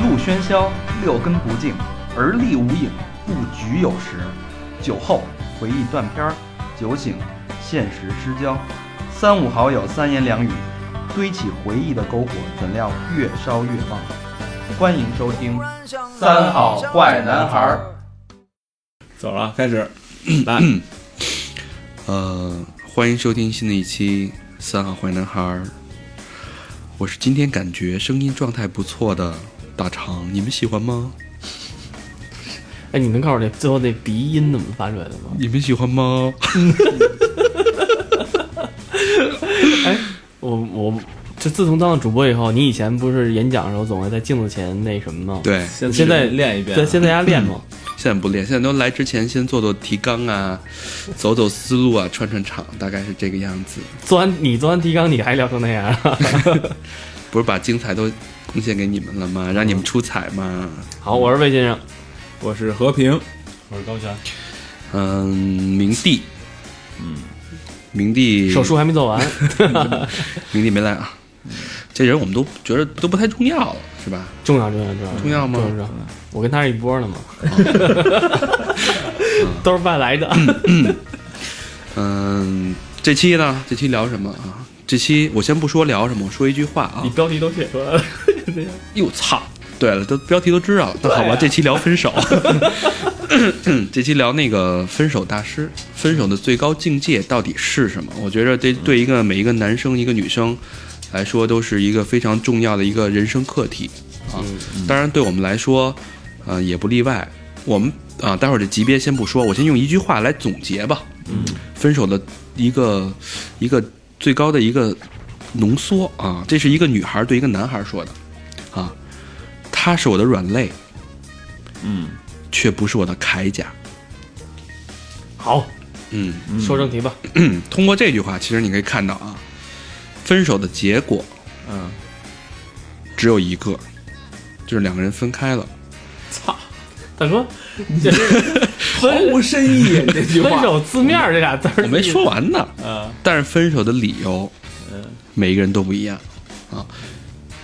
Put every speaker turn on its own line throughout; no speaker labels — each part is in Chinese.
路喧嚣，六根不净，而立无影，不局有时。酒后回忆断片儿，酒醒现实失焦。三五好友三言两语，堆起回忆的篝火，怎料越烧越旺。欢迎收听《三好坏男孩儿》。
走了，开始，嗯来，
呃，欢迎收听新的一期《三好坏男孩》，儿》，我是今天感觉声音状态不错的大肠，你们喜欢吗？
哎，你能告诉我那最后那鼻音怎么发出来的吗？
你们喜欢吗？
我我就自从当了主播以后，你以前不是演讲的时候总会在镜子前那什么吗？，
对，
先
现在
练一遍
在
啊，
先在家练吗？
现在不练，现在都来之前先做做提纲啊，走走思路啊，串串场，大概是这个样子。
做完你做完提纲，你还聊成那样？
不是把精彩都贡献给你们了吗？让你们出彩吗？
好，我是魏先生，
我是和平，
我是高璇，
嗯，明帝，嗯，明帝
手术还没 做完，
明帝没来啊，这人我们都觉得都不太重要了，是吧？
重要重要重要
重要吗嗯
重要，我跟他是一波的嘛， 都是外来的。
嗯，这期呢，这期聊什么啊？这期我先不说聊什么，我说一句话啊
你。标题都写出来了，
哟操！对了，都标题都知道了。那好吧，这期聊分手。啊 这期聊那个分手大师，分手的最高境界到底是什么？我觉得这对一个每一个男生、一个女生来说，都是一个非常重要的一个人生课题啊。当然，对我们来说，呃，也不例外。我们啊、待会儿这级别先不说，我先用一句话来总结吧。
嗯，
分手的一个一个最高的一个浓缩啊，这是一个女孩对一个男孩说的啊，他是我的软肋，
嗯，
却不是我的铠甲。
好，
嗯，
嗯
说正题吧。
通过这句话，其实你可以看到啊，分手的结果呃
嗯，
只有一个，就是两个人分开了。
大哥，你这
毫
分
无深意这句
分
话，
手字面儿这俩字儿，
我没说完呢，
嗯
但是分手的理由
嗯
每一个人都不一样啊。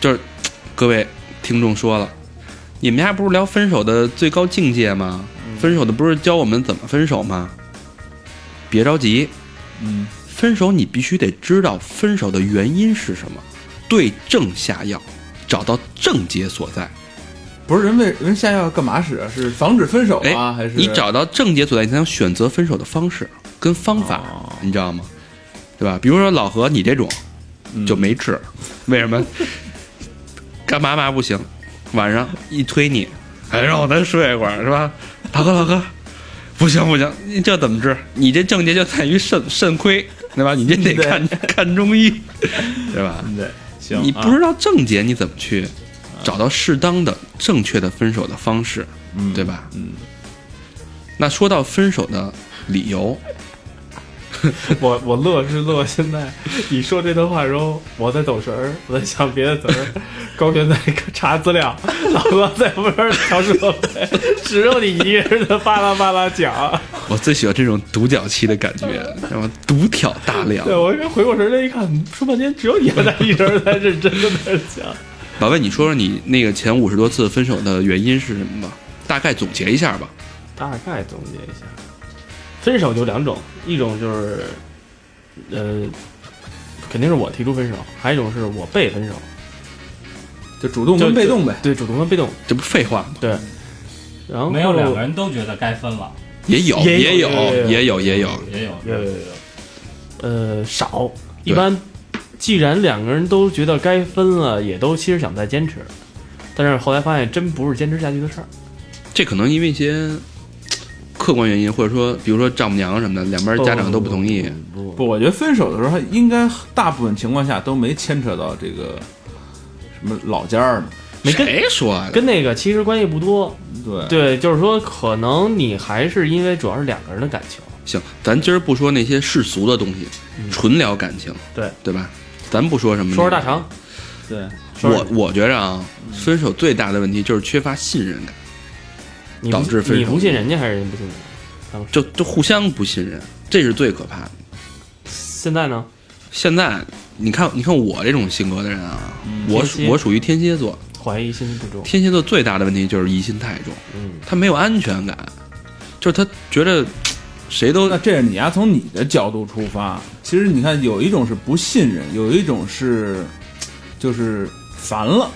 就是各位听众说了，你们家不是聊分手的最高境界吗？
嗯
分手的不是教我们怎么分手吗？别着急，
嗯，
分手你必须得知道分手的原因是什么，对症下药，找到症结所在。
不是人为人下药干嘛使啊？是防止分手啊，还是
哎你找到症结所在，你才能选择分手的方式跟方法，
哦
你知道吗？对吧？比如说老何，你这种
嗯
就没治，为什么？干嘛嘛不行？晚上一推你，哎，让我再睡一会儿，是吧？老何，老何，不行不行，你这怎么治？你这症结就在于肾肾亏，对吧？你这得
对
看看中医，对吧？
嗯对，行，
你
啊
不知道症结，你怎么去找到适当的、正确的分手的方式，
嗯
对吧？
嗯，
那说到分手的理由，
我我乐是乐，现在你说这段话的时候，我在走神儿，我在想别的词儿，高璇在查资料，老哥在旁边调设备，只有你一个人在巴拉巴拉讲。
我最喜欢这种独角戏的感觉，那么独挑大梁
对。我回过神来一看，说半天只有你在一人在认真的在讲。
老魏，你说说你那个前五十多次分手的原因是什么吧？大概总结一下吧。
大概总结一下，分手就两种，一种就是，呃，肯定是我提出分手，还有一种是我被分手，
就主动跟被动呗，
对，主动跟被动，
这不废话吗？
对。然后
没有两个人都觉得该分了，
也有，
也
也
有
有，也
也
有，也有。
也有
有有有，呃，少。一般，既然两个人都觉得该分了，也都其实想再坚持，但是后来发现真不是坚持下去的事儿。
这可能因为一些嘖客观原因，或者说，比如说丈母娘什么的，两边家长都不同意。
不
不，我觉得分手的时候应该大部分情况下都没牵扯到这个什么老家儿嘛，
没跟
谁说啊呀？
跟那个其实关系不多。
对
对，就是说，可能你还是因为主要是两个人的感情。
行，咱今儿不说那些世俗的东西，纯聊感情，
嗯对
对吧？咱不说什么。
说说大肠，
对，
嗯
说嗯
我
说
我觉着啊，分手最大的问题就是缺乏信任感，
你不
导致分手
你不信人家还是人家不信你？
就就互相不信任，这是最可怕的。
现在呢？
现在你看，你看我这种性格的人啊，我
嗯天
属
蝎
我属于天蝎座，
怀疑心不重。
天蝎座最大的问题就是疑心太重，
嗯，
他没有安全感，就是他觉得谁都
那这是你呀、从你的角度出发，其实你看，有一种是不信任，有一种是就是烦了，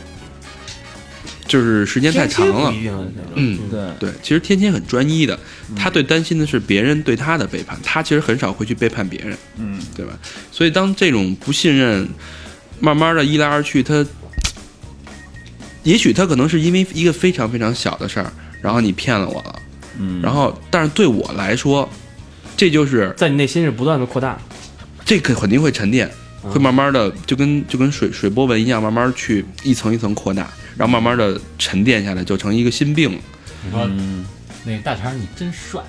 就是时间太长
天蝎嗯
了
不一。定啊很长
嗯
对，
对，其实天蝎很专一的，他最担心的是别人对他的背叛，他其实很少会去背叛别人，
嗯，
对吧？所以当这种不信任慢慢的一来二去，他也许他可能是因为一个非常非常小的事儿，然后你骗了我了，
嗯
然后但是对我来说，这就是
在你内心是不断的扩大，
这个肯定会沉淀，
嗯
会慢慢的就跟就跟水水波纹一样，慢慢去一层一层扩大，然后慢慢的沉淀下来，就成一个心病了。
你说、那个大肠你真帅，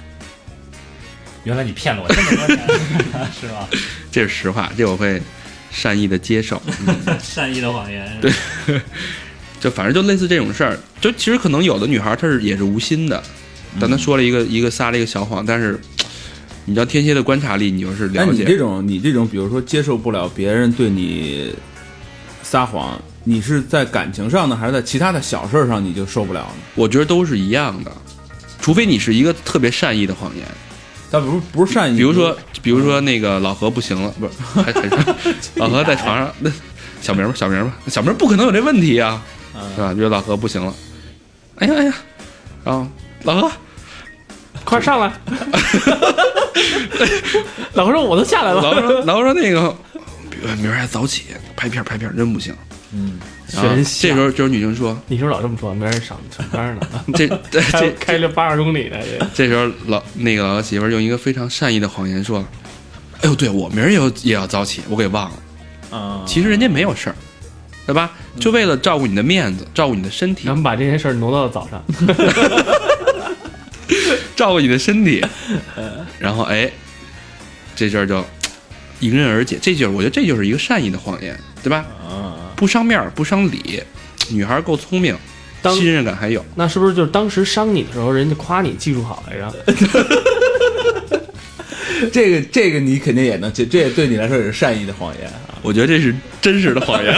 原来你骗了我这么多年， 是吧？
这是实话，这我会善意的接受。
嗯
善意的谎言，对，
就反正就类似这种事儿，就其实可能有的女孩儿她是也是无心的，
嗯
但她说了一个一个撒了一个小谎，但是你知道天蝎的观察力，你就是
那
了
哎你这
解。
种，你这种，比如说接受不了别人对你撒谎，你是在感情上呢，还是在其他的小事儿上你就受不了呢？
我觉得都是一样的，除非你是一个特别善意的谎言，
但不是不是善意，
比如说比如说那个老何不行了，不是还还 是老何在床上， 那小明吧小明吧，小明不可能有这问题啊，是吧？比如老何不行了，哎呀哎呀，然后老何
快上 来！老何说我都下来了，
哎老何说老何说那个呃明儿还早起拍片儿拍片儿真不行。
嗯，
然后
全下
这时候就是女生 说
你是不是老这么说，没人上上班 呢，：“
这这
开
这
开了八十公里呢，
这
这
时候老那个老媳妇儿用一个非常善意的谎言说：‘哎呦，对我明儿也有也要早起，我给忘了。’
啊，
其实人家没有事儿，对吧？就为了照顾你的面子，照顾你的身体
咱，们把这件事儿挪到早上，
照顾你的身 体，然后哎，这事儿就迎刃而解。这就是我觉得这就是一个善意的谎言，对吧？不伤面儿，不伤理，女孩儿够聪明，
当
信任感还有。”
那是不是就是当时伤你的时候，人家夸你技术好来 着？
这个这个你肯定也能接，这也对你来说也是善意的谎言啊。
我觉得这是真实的谎 言。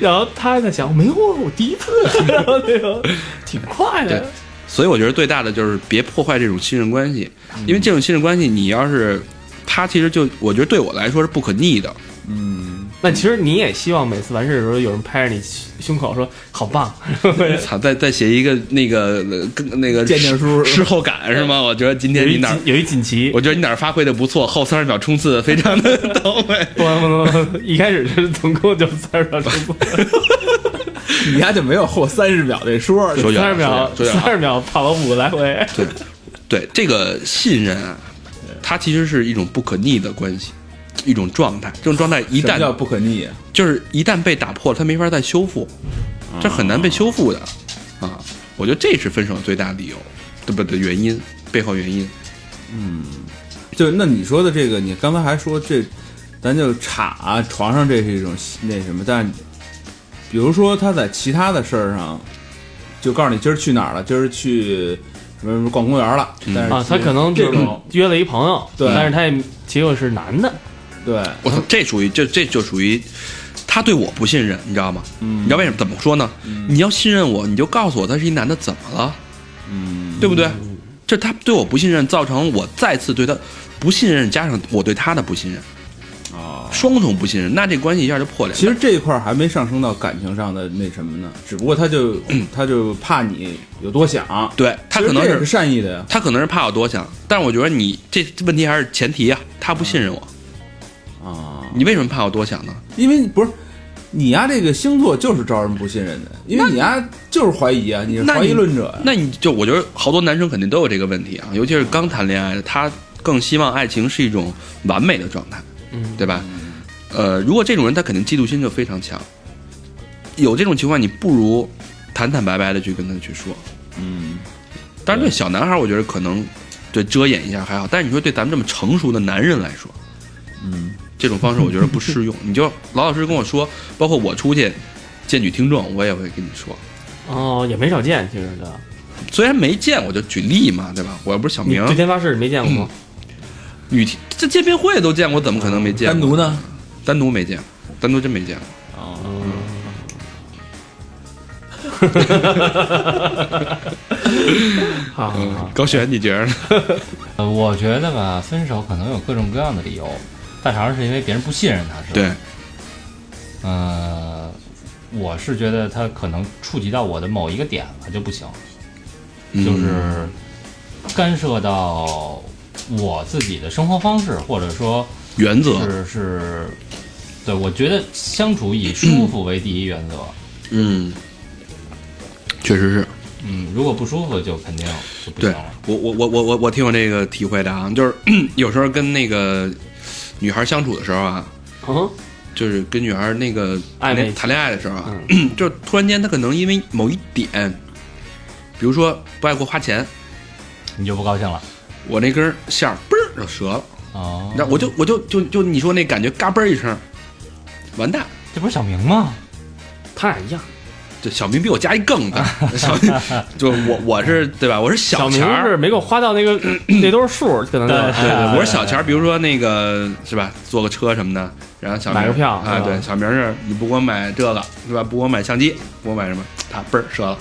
然后他还在想，没有啊，我第一次，然后那 个挺快
对
的，，
所以我觉得最大的就是别破坏这种信任关系，因为这种信任关系，你要是他其实就我觉得对我来说是不可逆的，
嗯，
那其实你也希望每次完事的时候，有人拍着你胸口说“好 棒
操，再再写一个那个呃跟那个
鉴定书
事后感是吗？我觉得今”，
有
天你
一
哪儿
锦，有一锦旗，
我觉得你哪儿发挥的不错，后三十秒冲刺非常的到位。
不不不不，一开始是总共就三十秒钟，
你家就没有后三十秒这说，
说远
三
了
十秒，
说远了
三十秒跑了五个来回，
对对，这个信任啊，它其实是一种不可逆的关系，一种状态。这种状态一
什么
旦
叫不可逆啊？
就是一旦被打破，它没法再修复，这很难被修复的啊！我觉得这是分手的最大理由，对不对？原因背后原因，
就那你说的这个，你刚才还说这，咱就插啊床上这是一种那什么，但比如说他在其他的事儿上，就告诉你今儿去哪儿了，今儿去什么什么逛公园了，但是
啊，他可能
这
就
种
约了一朋友，
对
但是他也结果是男的，
对，
我操，这属于这这就属于他对我不信任，你知道吗？
嗯
你知道为什么？怎么说呢？你要信任我，你就告诉我他是一男的，怎么了？
嗯，
对不对？这他对我不信任，造成我再次对他不信任，加上我对他的不信任，
哦，
双重不信任，那这关系一下就破裂了。
其实这一块儿还没上升到感情上的那什么呢，只不过他就他就怕你有多想，
对他
其实
可能
这也
是
是善意的呀，
他可能是怕我多想，但是我觉得你这问题还是前提啊，他不信任我，
啊，
你为什么怕我多想呢？
因为不是。你呀，这个星座就是招人不信任的，因为你呀就是怀疑啊，你是
那
怀疑
你
论者呀。
那你就我觉得好多男生肯定都有这个问题啊，尤其是刚谈恋爱的，他更希望爱情是一种完美的状态，
嗯，
对吧？呃，如果这种人，他肯定嫉妒心就非常强。有这种情况，你不如坦坦白白的去跟他去说。
嗯，
但是对小男孩，我觉得可能对遮掩一下还好，但是你说对咱们这么成熟的男人来说，
嗯，
这种方式我觉得不适用。你就老老实实跟我说，包括我出去见女听众，我也会跟你说。
哦，也没少见，其实对吧？
虽然没见，我就举例嘛，对吧？我又不是小
你
明，
对天发誓你没见过吗？
女听这见面会都见过，怎么可能没见？
单独？呢？
单独没见，单独真没见过。
哦，
嗯，好好好，
高璇，你觉得呢？
呃，我觉得吧，分手可能有各种各样的理由。大肠是因为别人不信任他，是吧？
对，
呃，我是觉得他可能触及到我的某一个点了就不行，
嗯
就是干涉到我自己的生活方式，或者说
原则，
是是，对我觉得相处以舒服为第一原则。
嗯，确实是。
嗯，如果不舒服就肯定就不
对
行了。
我我我我我我挺有这个体会的啊，就是 有时候跟那个女孩相处的时候啊，
嗯，
就是跟女孩那个
暧昧期
谈恋爱的时候啊， 就突然间她可能因为某一点，比如说不爱给我花钱，
你就不高兴了
我那根线儿嘣儿就折了，
哦，
然后我就我就就就你说那感觉嘎嘣儿一声，完蛋。
这不是小明吗？
他俩一样，
这小明比我家一更 大，小明就我我是对吧？我是
小明
钱儿，嗯
是没哎给我花到那个 那都是数，可能就
对对，我是小钱儿，比如说那个是吧，坐个车什么的，然后小明
买个票
啊，
是吧
对，小明是你不给我买这个是吧？不给我买相机，不给我买什么，他嘣儿折了，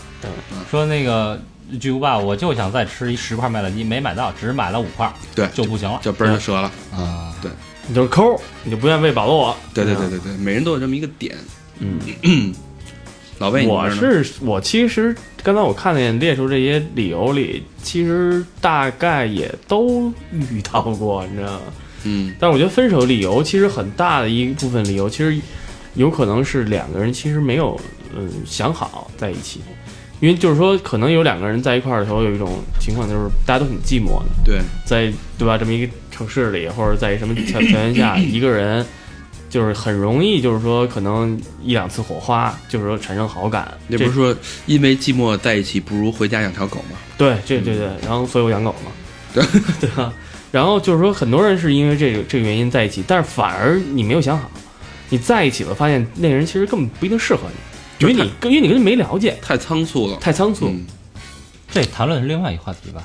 说那个巨无霸，我就想再吃一十块麦乐鸡，没买到，只买了五块，
对，
就不行了
就嘣儿就折了。
啊。
你就是抠，你就不愿意喂饱了我。
对对
嗯
对对对，每人都有这么一个点。
嗯，
老魏，你
我
这儿呢
是我其实刚才我看见列出这些理由里，其实大概也都遇到过，你知道吗？
嗯
但是我觉得分手理由其实很大的一部分理由，其实有可能是两个人其实没有嗯想好在一起，因为就是说可能有两个人在一块儿的时候，有一种情况就是大家都很寂寞的，
对，
在对吧？这么一个城市里，或者在什么条条件下，一个人就是很容易，就是说可能一两次火花，就是说产生好感。
那不是
这
说因为寂寞在一起，不如回家养条狗吗？
对，这对
嗯
对，然后所以我养狗 嘛，对对吧？然后就是说，很多人是因为这个这个原因在一起，但是反而你没有想好，你在一起了，发现那人其实根本不一定适合你，因为
就
你跟因为你跟人没了解，
太仓促了。
太仓促。
嗯，
这谈论是另外一话题吧？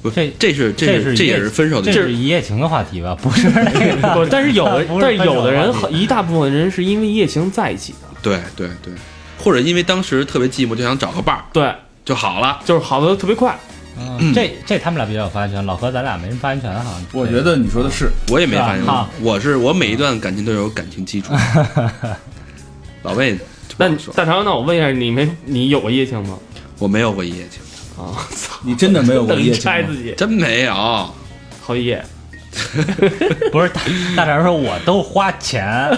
不
这
这是
这
是
是
这
一
也
夜
是分手的
这
一
是一夜情的话题吧？不是那个，
不，但是 有的
不，是
但是
分手
有的
的
人
话
很一大部分人是因为一夜情在一起的，
对对对，或者因为当时特别寂寞，就想找个伴儿
对，
就好了。
就是好的特别快。
嗯 这这他们俩比较有发言权。老何，咱俩没什么发言权哈。
我觉得你说的是，
哎
我也没发现
是吧好，
我是我每一段感情都有感情基 础。老魏，
那你
你说
大长，那我问一下，你没你有过一夜情吗？
我没有过一夜情，
啊，操！
你真的没有过
等
一
于
夜情
拆
吗
自己
真没有。
好几夜，
不是大大肠说，我都花 钱，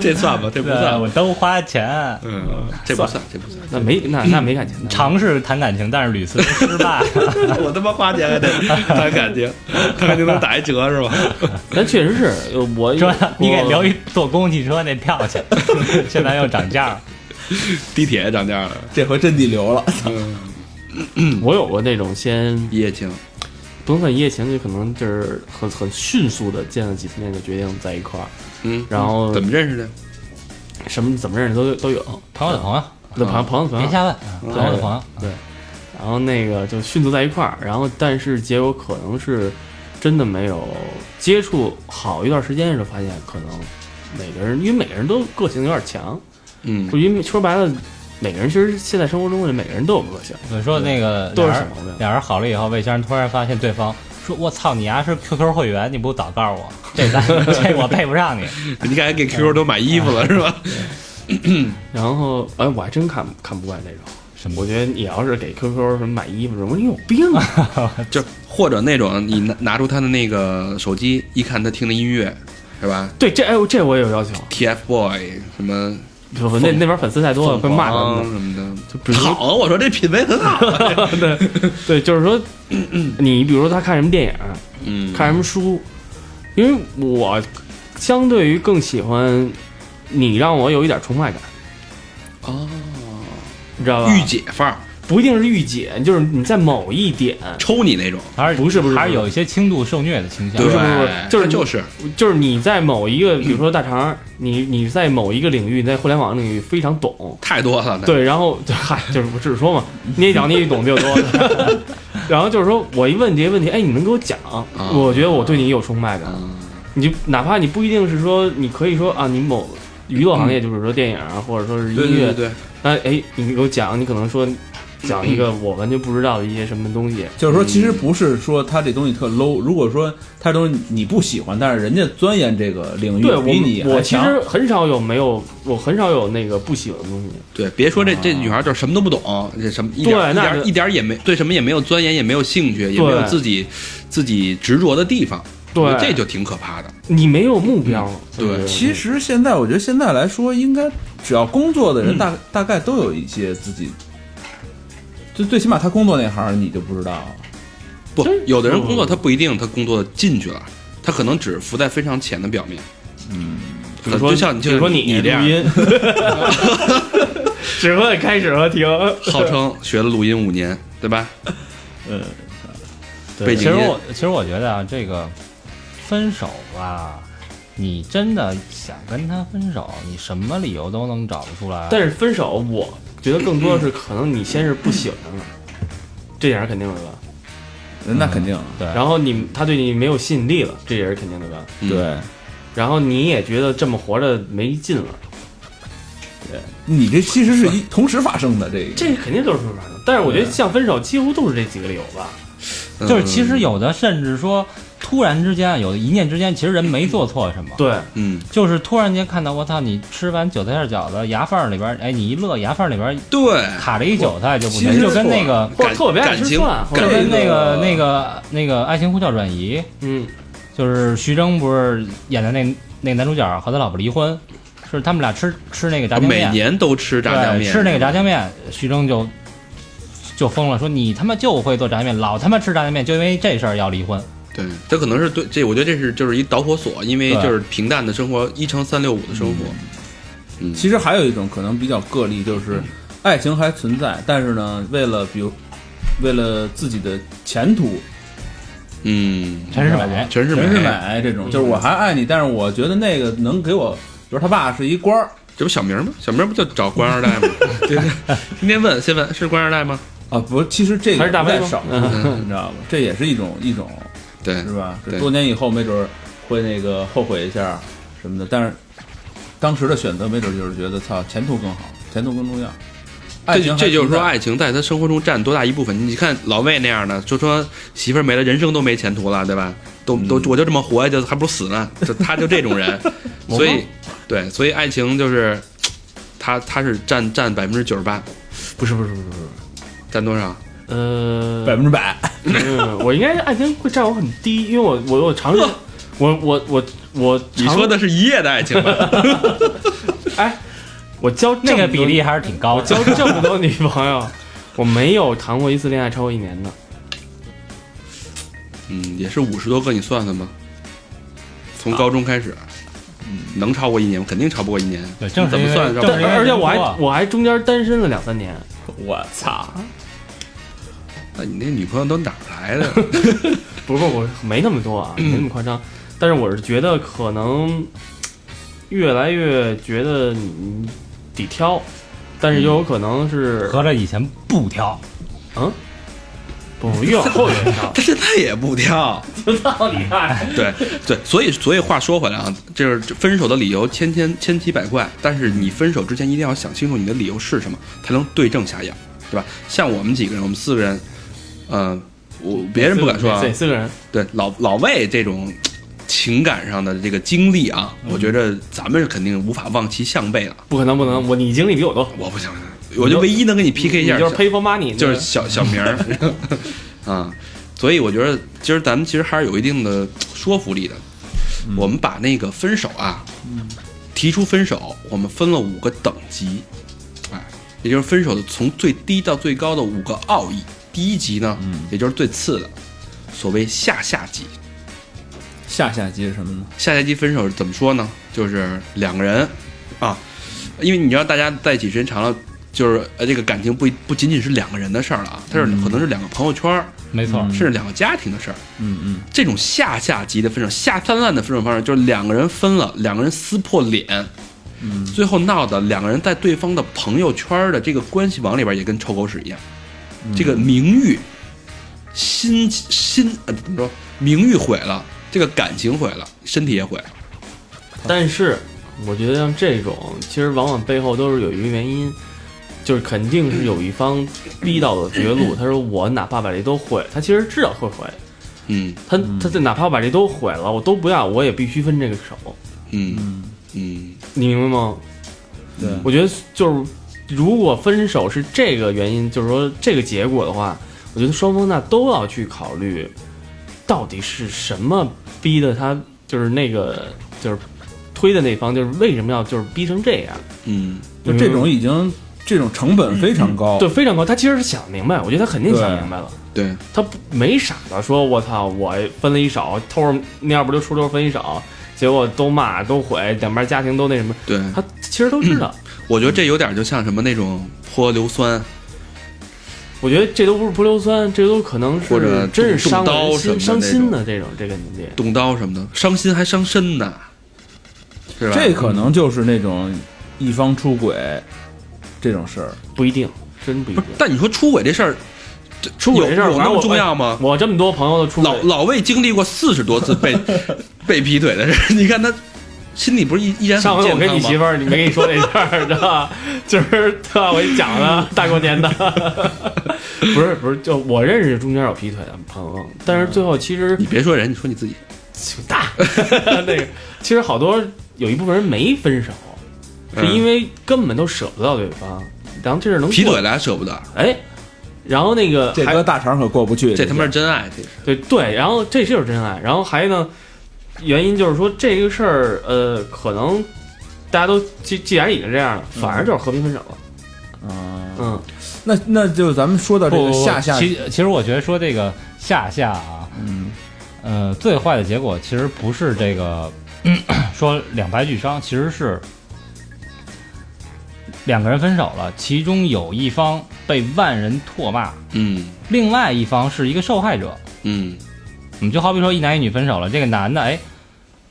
这算吧，这不
对，
算。
我都花钱，
嗯，这不算，这不算。
那没那那没感情的。
尝试谈感情，但是屡次失败。
我他妈花钱 还得谈感情，谈感情能打一折是吧？
但确实是呃我
说你给留
一
一坐公共汽车那票去， 现在又涨价了。
地铁也涨价了。
这回真地流 了。
我有过那种先
一夜情，
不能算一夜情，就可能就是很很迅速的见了几次面就决定在一块儿，
嗯，
然后
怎么认识的？
什么怎么认识都都有，
朋友的朋友，
那朋友朋友的朋
别
友，
瞎问，
嗯
朋友的朋友。
然后那个就迅速在一块儿，然后但是结果可能是真的没有接触好一段时间的时候，发现可能每个人因为每个人都个性有点强，
嗯
就因为说白了，每个人其实现在生活中的每个人都有个性，
你说那个
哎都
俩
是
人
小毛病
俩人好了以后，魏先生突然发现对方说：“我操，你丫是 QQ 会员，你不早告诉我，这咱 这我配不上你。
你赶紧给 QQ 都买衣服了是吧？
然后哎我还真看看不惯这种。
什么
我觉得你要是给 QQ 什么买衣服什么，你有 病啊！
就或者那种你拿拿出他的那个手机，一看他听的音乐，是吧
对，这哎，这我也有要求。
？TFBOY 什么
不不，那那边粉丝太多了，会骂他
凤
们
凰什么的。
的。就比如哦说，
好，我说这品味很好。
对，就是说，你比如说他看什么电影，
嗯，
看什么书，因为我相对于更喜欢你让我有一点崇拜感，啊
哦，
你知道 吧？
御姐范儿，
不一定是御姐，就是你在某一点，
抽你那种。”
还是
不是不是
还是有一些轻度受虐的倾向
不。是不是
对哎
就是
就是
就是你在某一个，比如说大肠，你你在某一个领域，你在互联网领域非常懂，
太多了。，
对，然后就嗨，就是我只是 说嘛，捏一脚捏一懂就多。然后就是说我一问这些问题，哎，你能给我讲，
啊
我觉得我对你有崇拜感。
嗯
你就哪怕你不一定是说，你可以说啊，你某娱乐行业，就是说电影啊或者说是
对
音
嗯对
乐，
对，
那哎，你给我讲，你可能说讲一个我完全不知道的一些什么东西，
就是说，其实不是说他这东西特 low，如果说他东西你不喜欢，但是人家钻研这个领域
对
比你
我，
还
我其
强
实，很少有没有，我很少有那个不喜欢的东西。
对，别说这这女孩就是什么都不懂，这什么一点
对
一
那
点
就
一点也没对什么也没有钻研，也没有兴趣，也没有
对
自己自己执着的地方，我觉得
对，
这就挺可怕的。
你没有目标。
对
就是
其实现在我觉得现在来说，应该只要工作的人大、大概都有一些自己，就最起码他工作那行你就不知道，
不
真，
有的人工作
嗯
他不一定他工作进去了，他可能只浮在非常浅的表面。呃
比
就
如说，
像你
比如说
就
你
你这样
录音， 只会开始和停。
号称学了录音五年，对吧？
嗯，
背
其
景
实
音
我其实我觉得啊，这个分手吧，你真的想跟他分手，你什么理由都能找得出来。
但是分手，我觉得更多的是可能你先是不喜欢他了，这点是肯定的吧。嗯
那肯定，
对，
然后你他对你没有吸引力了，这也是肯定的吧。
嗯
对
然后你也觉得这么活着没劲了，
你这其实是一同时发生的这个，
这肯定都是分手。但是我觉得像分手几乎都是这几个理由
嗯
吧。
就是其实有的甚至说突然之间啊，有的一念之间，其实人没做错什么，
对，
嗯，
就是突然间看到我操，你吃完韭菜馅饺子，牙缝儿里边儿，哎，你一乐，牙缝儿里边儿
对，
卡着一韭菜就不
其
行，
实
就跟那个
或者
感
特别爱
感
吃
情
饭，或
就
者
情
跟那个
那
那个那个《爱情呼叫转移》，
嗯，
就是徐峥不是演的那那男主角和他老婆离婚，是他们俩吃吃那个炸酱
每
面，
年都吃炸酱面，
对，吃那个炸酱面，徐峥就就疯了，说你他妈就会做炸酱面，老他妈吃炸酱面，就因为这事儿要离婚。
对，他可能是对这，我觉得这是就是一导火索，因为
对
就是平淡的生活，一乘三六五的生活，嗯，
其实还有一种可能比较个例，就是爱情还存在，但是呢，为了比如为了自己的前途，
嗯，
陈世美，
全是
陈
美，
世美这种，
嗯
就是我还爱你，但是我觉得那个能给我，比如他爸是一官儿
这不小明吗？小明不就找官二代吗？ 对对，今天问先问是官二代吗？
啊，不，其实这个
还是大
不太
杯吗
少，
嗯
你知道吗？这也是一种一种，
对
是，吧？
对
多年以后没准儿会那个后悔一下什么的，但是当时的选择没准就是觉得操，前途更好，前途更重要。爱
这
情
就
还
这就是
存
说，
在
爱情在他生活中占多大一部分？你看老魏那样的，就说媳妇儿没了，人生都没前途了，对吧？都
嗯
都我就这么活下去，还不如死呢。就他就这 种人，所以对，所以爱情就是他他是占占百分之九十八，
不是不是不是不是，
占多少？
呃，
百分之百，
嗯，我应该是爱情会占我很低，因为我我我尝试，我我我我
你
尝
说的是一夜的爱情吧？
哎，我交这么
那
多
个比例，还啊是挺高
我
的。
交这么多女朋友，我没有谈过一次恋爱超过一年的，
嗯，也是五十多个，你算算吧。从
啊
高中开始，
嗯
能超过一年吗？肯定超不过一年。
对，正是
怎
因
么
为
算
正
是
是因为
而且
人
我还
多啊
我还中间单身了两三年，
我操！
那你那女朋友都哪儿 来的？
不是我没那么多啊，没那么夸张，但是我是觉得可能越来越觉得你得挑，但是又有可能是
合着以前不挑，
嗯，不越往后越 挑，
他现在也不挑。
到底爱。
对对，所以所以话说回来啊，就是分手的理由千千千奇百怪，但是你分手之前一定要想清楚你的理由是什么，才能对症下药，对吧？像我们几个人，我们四个人，呃，我别人不敢说啊
对，，四个人，
对老老魏这种情感上的这个经历啊，我
嗯
觉着咱们是肯定无法望其项背的。
不可能不能，我你经历比我多。
我不行，我就唯一能跟你 PK 一下
你，就是 pay for money，
就是小小名儿啊。所以我觉得，其实咱们其实还是有一定的说服力的。我们把那个分手啊，提出分手，我们分了五个等级，哎，也就是分手的从最低到最高的五个奥义。第一级呢，也就是最次的，所谓下下级。
下下集是什么呢？
下下级分手怎么说呢？就是两个人啊，因为你知道大家在一起时间长了，就是呃这个感情不不仅仅是两个人的事儿了啊，它是可能是两个朋友圈儿，
没错，
甚至两个家庭的事儿。
嗯嗯，
这种下下级的分手、下三滥的分手方式，就是两个人分了，两个人撕破脸，最后闹的两个人在对方的朋友圈的这个关系网里边也跟臭狗屎一样，这个名誉、心心呃怎么说？名誉毁了，这个感情毁了，身体也毁了。
但是我觉得像这种，其实往往背后都是有一个原因，就是肯定是有一方逼到了绝路。他说我哪怕把这都毁，他其实知道会毁，
嗯
他他这哪怕把这都毁了，我都不要，我也必须分这个手，
嗯
嗯，
嗯
你明白吗？
对，
我觉得就是如果分手是这个原因，就是说这个结果的话，我觉得双方那都要去考虑，到底是什么逼的他，就是那个就是推的那方，就是为什么要就是逼成这样。
嗯
就这种已经这种成本非常高，
对，非常高。他其实是想明白，我觉得他肯定想明白了。
对，
他不没傻的说，我操，我分了一手，偷着那要不就出溜分一手，结果都骂都毁，两边家庭都那什么。
对，
他其实都知道，
我觉得这有点就像什么那种泼硫酸，
我觉得这都不是泼硫酸，这都可能是
或者
真是
动
伤了人
刀什么的
心伤
那
心
种
的这种这个年纪。
动刀什么的，伤心还伤身呢，是吧？
这可能就是那种一方出轨这种事儿。
不一定，真不一
不
定
是。，但你说出轨这事儿，这
出轨这事儿，
有有
反
那
正
么
我
重要吗？
我这么多朋友的出轨
老，老魏经历过四十多次 被被劈腿的事，你看他心里不是依依然
上
很
回
健
我跟你
康
媳妇
吗？
儿，你没跟你说这事儿，知 道吧？就是对吧？我给你讲 了，大过年的， 不是不是，就我认识中间有劈腿的朋友，但是最后其实
你别说人，你说你自己，
挺大 那个，其实好多有一部分人没分手，是因为根本都舍不到对方，然后这事儿能
嗯劈
过
腿了还舍不得，
哎，然后那个
这
还
哥大肠可过不去，
这他妈是真爱，这是
对对，然后这就是真爱。然后还呢，原因就是说这个事儿，呃，可能大家都既既然已经这样了，反而就是和平分手了。
嗯，
嗯，
那那就咱们说到这
不
个
不不
下下，
其其实我觉得说这个下下啊，
嗯，
呃，最坏的结果其实不是这 个说两败俱伤，其实是两个人分手了，其中有一方被万人唾骂，
嗯
另外一方是一个受害者。
嗯
你就好比说一男一女分手了，这个男的哎，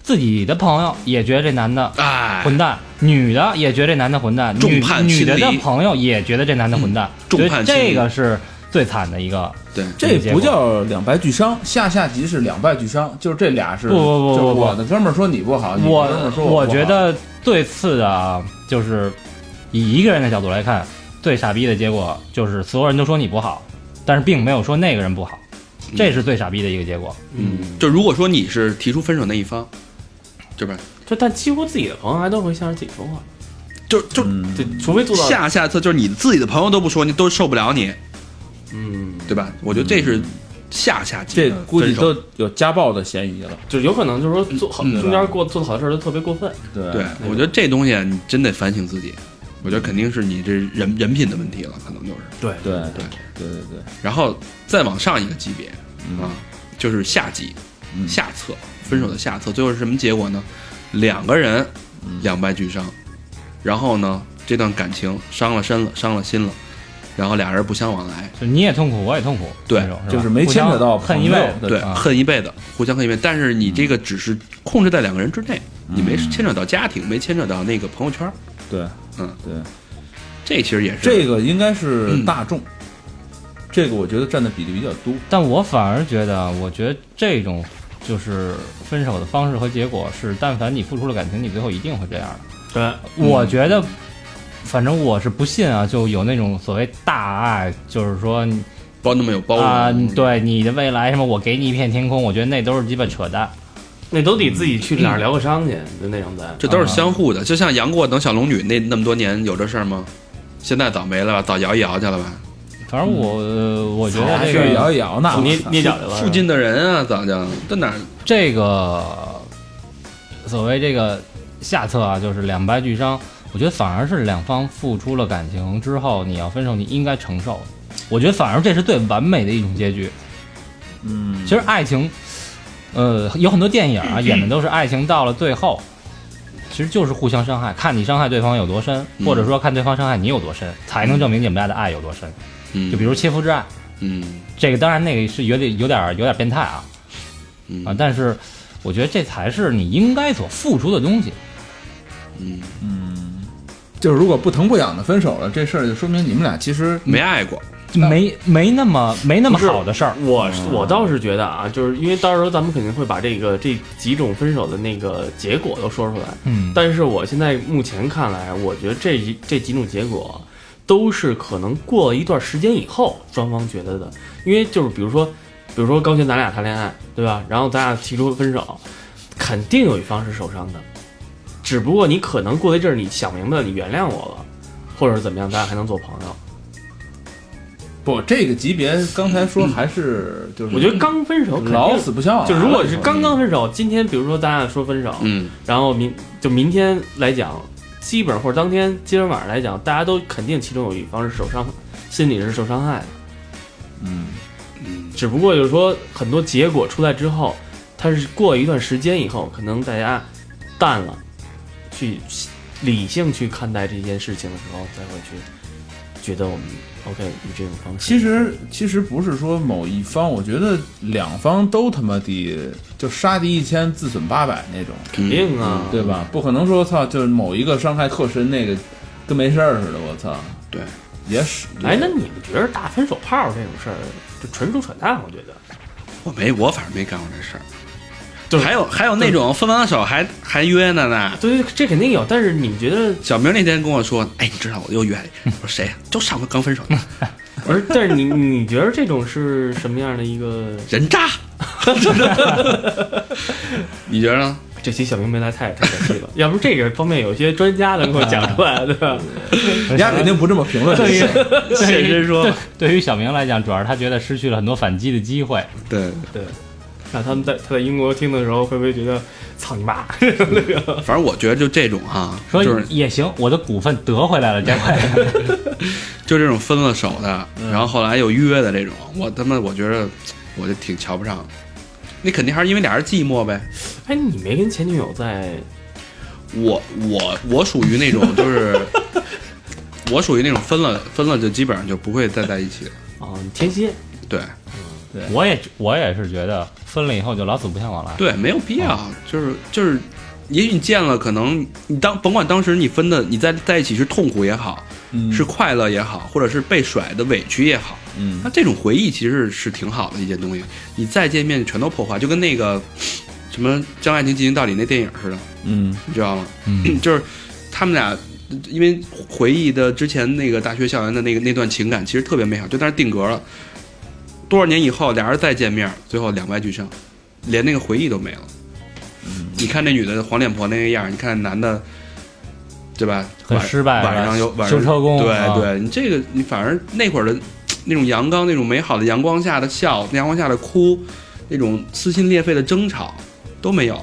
自己的朋友也觉得这男的
哎，
混蛋，女的也觉得这男的混蛋，
众
女
叛亲
女的的
离嗯
朋友也觉得这男的混蛋，
众
觉得
叛亲
这
离
个是最惨的一个。
对，
这不叫两败俱伤，下下级是两败俱伤，就是这俩是
不不
就
不
是
不不
我的哥们儿说你不啊好，你的
我
哥们儿说
我
不好
觉得最次的啊，就是以一个人的角度来看，最傻逼的结果就是所有人都说你不好，但是并没有说那个人不好，
嗯
这是最傻逼的一个结果。
嗯，就如果说你是提出分手那一方，对吧？
就但几乎自己的朋友还都会向着自己说话，
就就
嗯
对，除非做到
下下策，就是你自己的朋友都不说，你都受不了你，
嗯，
对吧？我觉得这是下下级
这
的
估计
分手
都有家暴的嫌疑了，
就是有可能就是说做好、
嗯
中间过做的好的事儿都特别过分，
对
对，我觉得这东西你真得反省自己。我觉得肯定是你这人人品的问题了，可能就是。
对
对
对
对对对，
然后再往上一个级别
嗯
啊，就是下级、
嗯
下策，分手的下策，最后是什么结果呢？两个人
嗯
两败俱伤，然后呢，这段感情伤了身了，伤了心了，然后俩人不相往来，
就你也痛苦，我也痛苦，
对
那种吧
就是没牵扯到
互相
朋友
恨一辈
的
子。
对，
啊
恨一辈子，互相恨一辈子。但是你这个只是控制在两个人之内，你没
嗯
牵扯到家庭，没牵扯到那个朋友圈，
对，
嗯
对，
这其实也是
这个应该是
嗯
大众，这个我觉得占的比例比较多，
但我反而觉得，我觉得这种就是分手的方式和结果是，但凡你付出了感情，你最后一定会这样的。
对，
我觉得，反正我是不信啊，就有那种所谓大爱，就是说你
包那么有包容
啊、对你的未来什么，我给你一片天空，我觉得那都是鸡巴扯淡。
那都得自己去哪儿疗个伤去，就那种的。
嗯这都是相互的。就像杨过等小龙女那那么多年有这事儿吗？现在早没了吧，早摇一摇去了吧。
反正我、呃
嗯
我觉得这
去摇
个
一摇那
捏捏脚去了，
附近的人啊，早就到哪儿
这个所谓这个下策啊，就是两败俱伤。我觉得反而是两方付出了感情之后，你要分手，你应该承受。我觉得反而这是最完美的一种结局。
嗯
其实爱情，呃，有很多电影啊，演的都是爱情到了最后，其实就是互相伤害，看你伤害对方有多深，
嗯
或者说看对方伤害你有多深，才能证明你们俩的爱有多深。
嗯，
就比如切肤之爱，
嗯
这个当然那个是有点有点有点变态啊
嗯
啊，但是我觉得这才是你应该所付出的东西。
嗯，
嗯，就是如果不疼不痒的分手了，这事儿就说明你们俩其实
没爱过，
没没那么没那么
不是
好的事儿。
我是我倒是觉得啊，就是因为到时候咱们肯定会把这个这几种分手的那个结果都说出来，
嗯，
但是我现在目前看来，我觉得这一这几种结果都是可能过了一段时间以后双方觉得的，因为就是比如说，比如说高璇咱俩谈恋爱，对吧？然后咱俩提出分手，肯定有一方是受伤的，只不过你可能过了一阵儿，你想明白了，你原谅我了，或者是怎么样，咱俩还能做朋友。
不，这个级别刚才说还是就是，
嗯我觉得刚分手肯
嗯
定
老死不相往来
就
了。
如果是刚刚分手，今天比如说咱俩说分手，
嗯，
然后明就明天来讲，基本上或者当天今天晚上来讲，大家都肯定其中有一方是受伤，心里是受伤害的。
嗯，
只不过就是说，很多结果出来之后，它是过一段时间以后，可能大家淡了，去理性去看待这件事情的时候，才会去觉得我们 OK 以这种方式。
其实其实不是说某一方，我觉得两方都他妈的就杀敌一千自损八百那种，
肯定啊，
对吧？不可能说操，就是某一个伤害特深，那个跟没事儿似的，我操，
对，
也是。
哎，那你们觉得打分手炮这种事儿，就纯属扯淡？我觉得。
我没我反正没干过这事儿。
就是
还有还有那种分完了手还还约呢呢。
对，这肯定有，但是你们觉得，
小明那天跟我说：“哎，你知道我又约了。”我说：“谁呀？就上回刚分手的
不是？但是你你觉得这种是什么样的一个？
人渣。”你觉得呢？
这期小明没来太太可惜 了，要不这个方面有一些专家能给我讲出来，对吧？
人家肯定不这么评论。
对于
现身说吧，
对于小明来讲，主要是他觉得失去了很多反击的机会。
对，
那他们在他在英国听的时候，会不会觉得操你妈？
反正我觉得就这种哈、
说
就是
也行，我的股份得回来了，加快。
就这种分了手的，然后后来又约的这种，我他妈我觉得我就挺瞧不上的。那肯定还是因为俩人寂寞呗。
哎，你没跟前女友在
我我我属于那种就是，我属于那种分了分了就基本上就不会再在一起了。
啊、天蝎，
对
我也我也是觉得分了以后就老死不相往来。
对，没有必要，啊就是就是，也许你见了，可能你当甭管当时你分的，你在在一起是痛苦也好，
嗯
是快乐也好，或者是被甩的委屈也好，
嗯
那这种回忆其实是挺好的一件东西。你再见面全都破坏，就跟那个什么《将爱情进行到底》那电影似的，
嗯
你知道吗？
嗯
就是他们俩。因为回忆的之前那个大学校园的那个那段情感，其实特别美好，就在那儿定格了。多少年以后，俩人再见面，最后两败俱伤，连那个回忆都没了。
嗯
你看那女的黄脸婆那个样儿，你看男的，对吧？
很
晚
失败
晚上有晚上
修车工
对、
啊
对，你这个你反而那会儿的那种阳刚，那种美好的阳光下的笑，阳光下的哭，那种撕心裂肺的争吵都没有，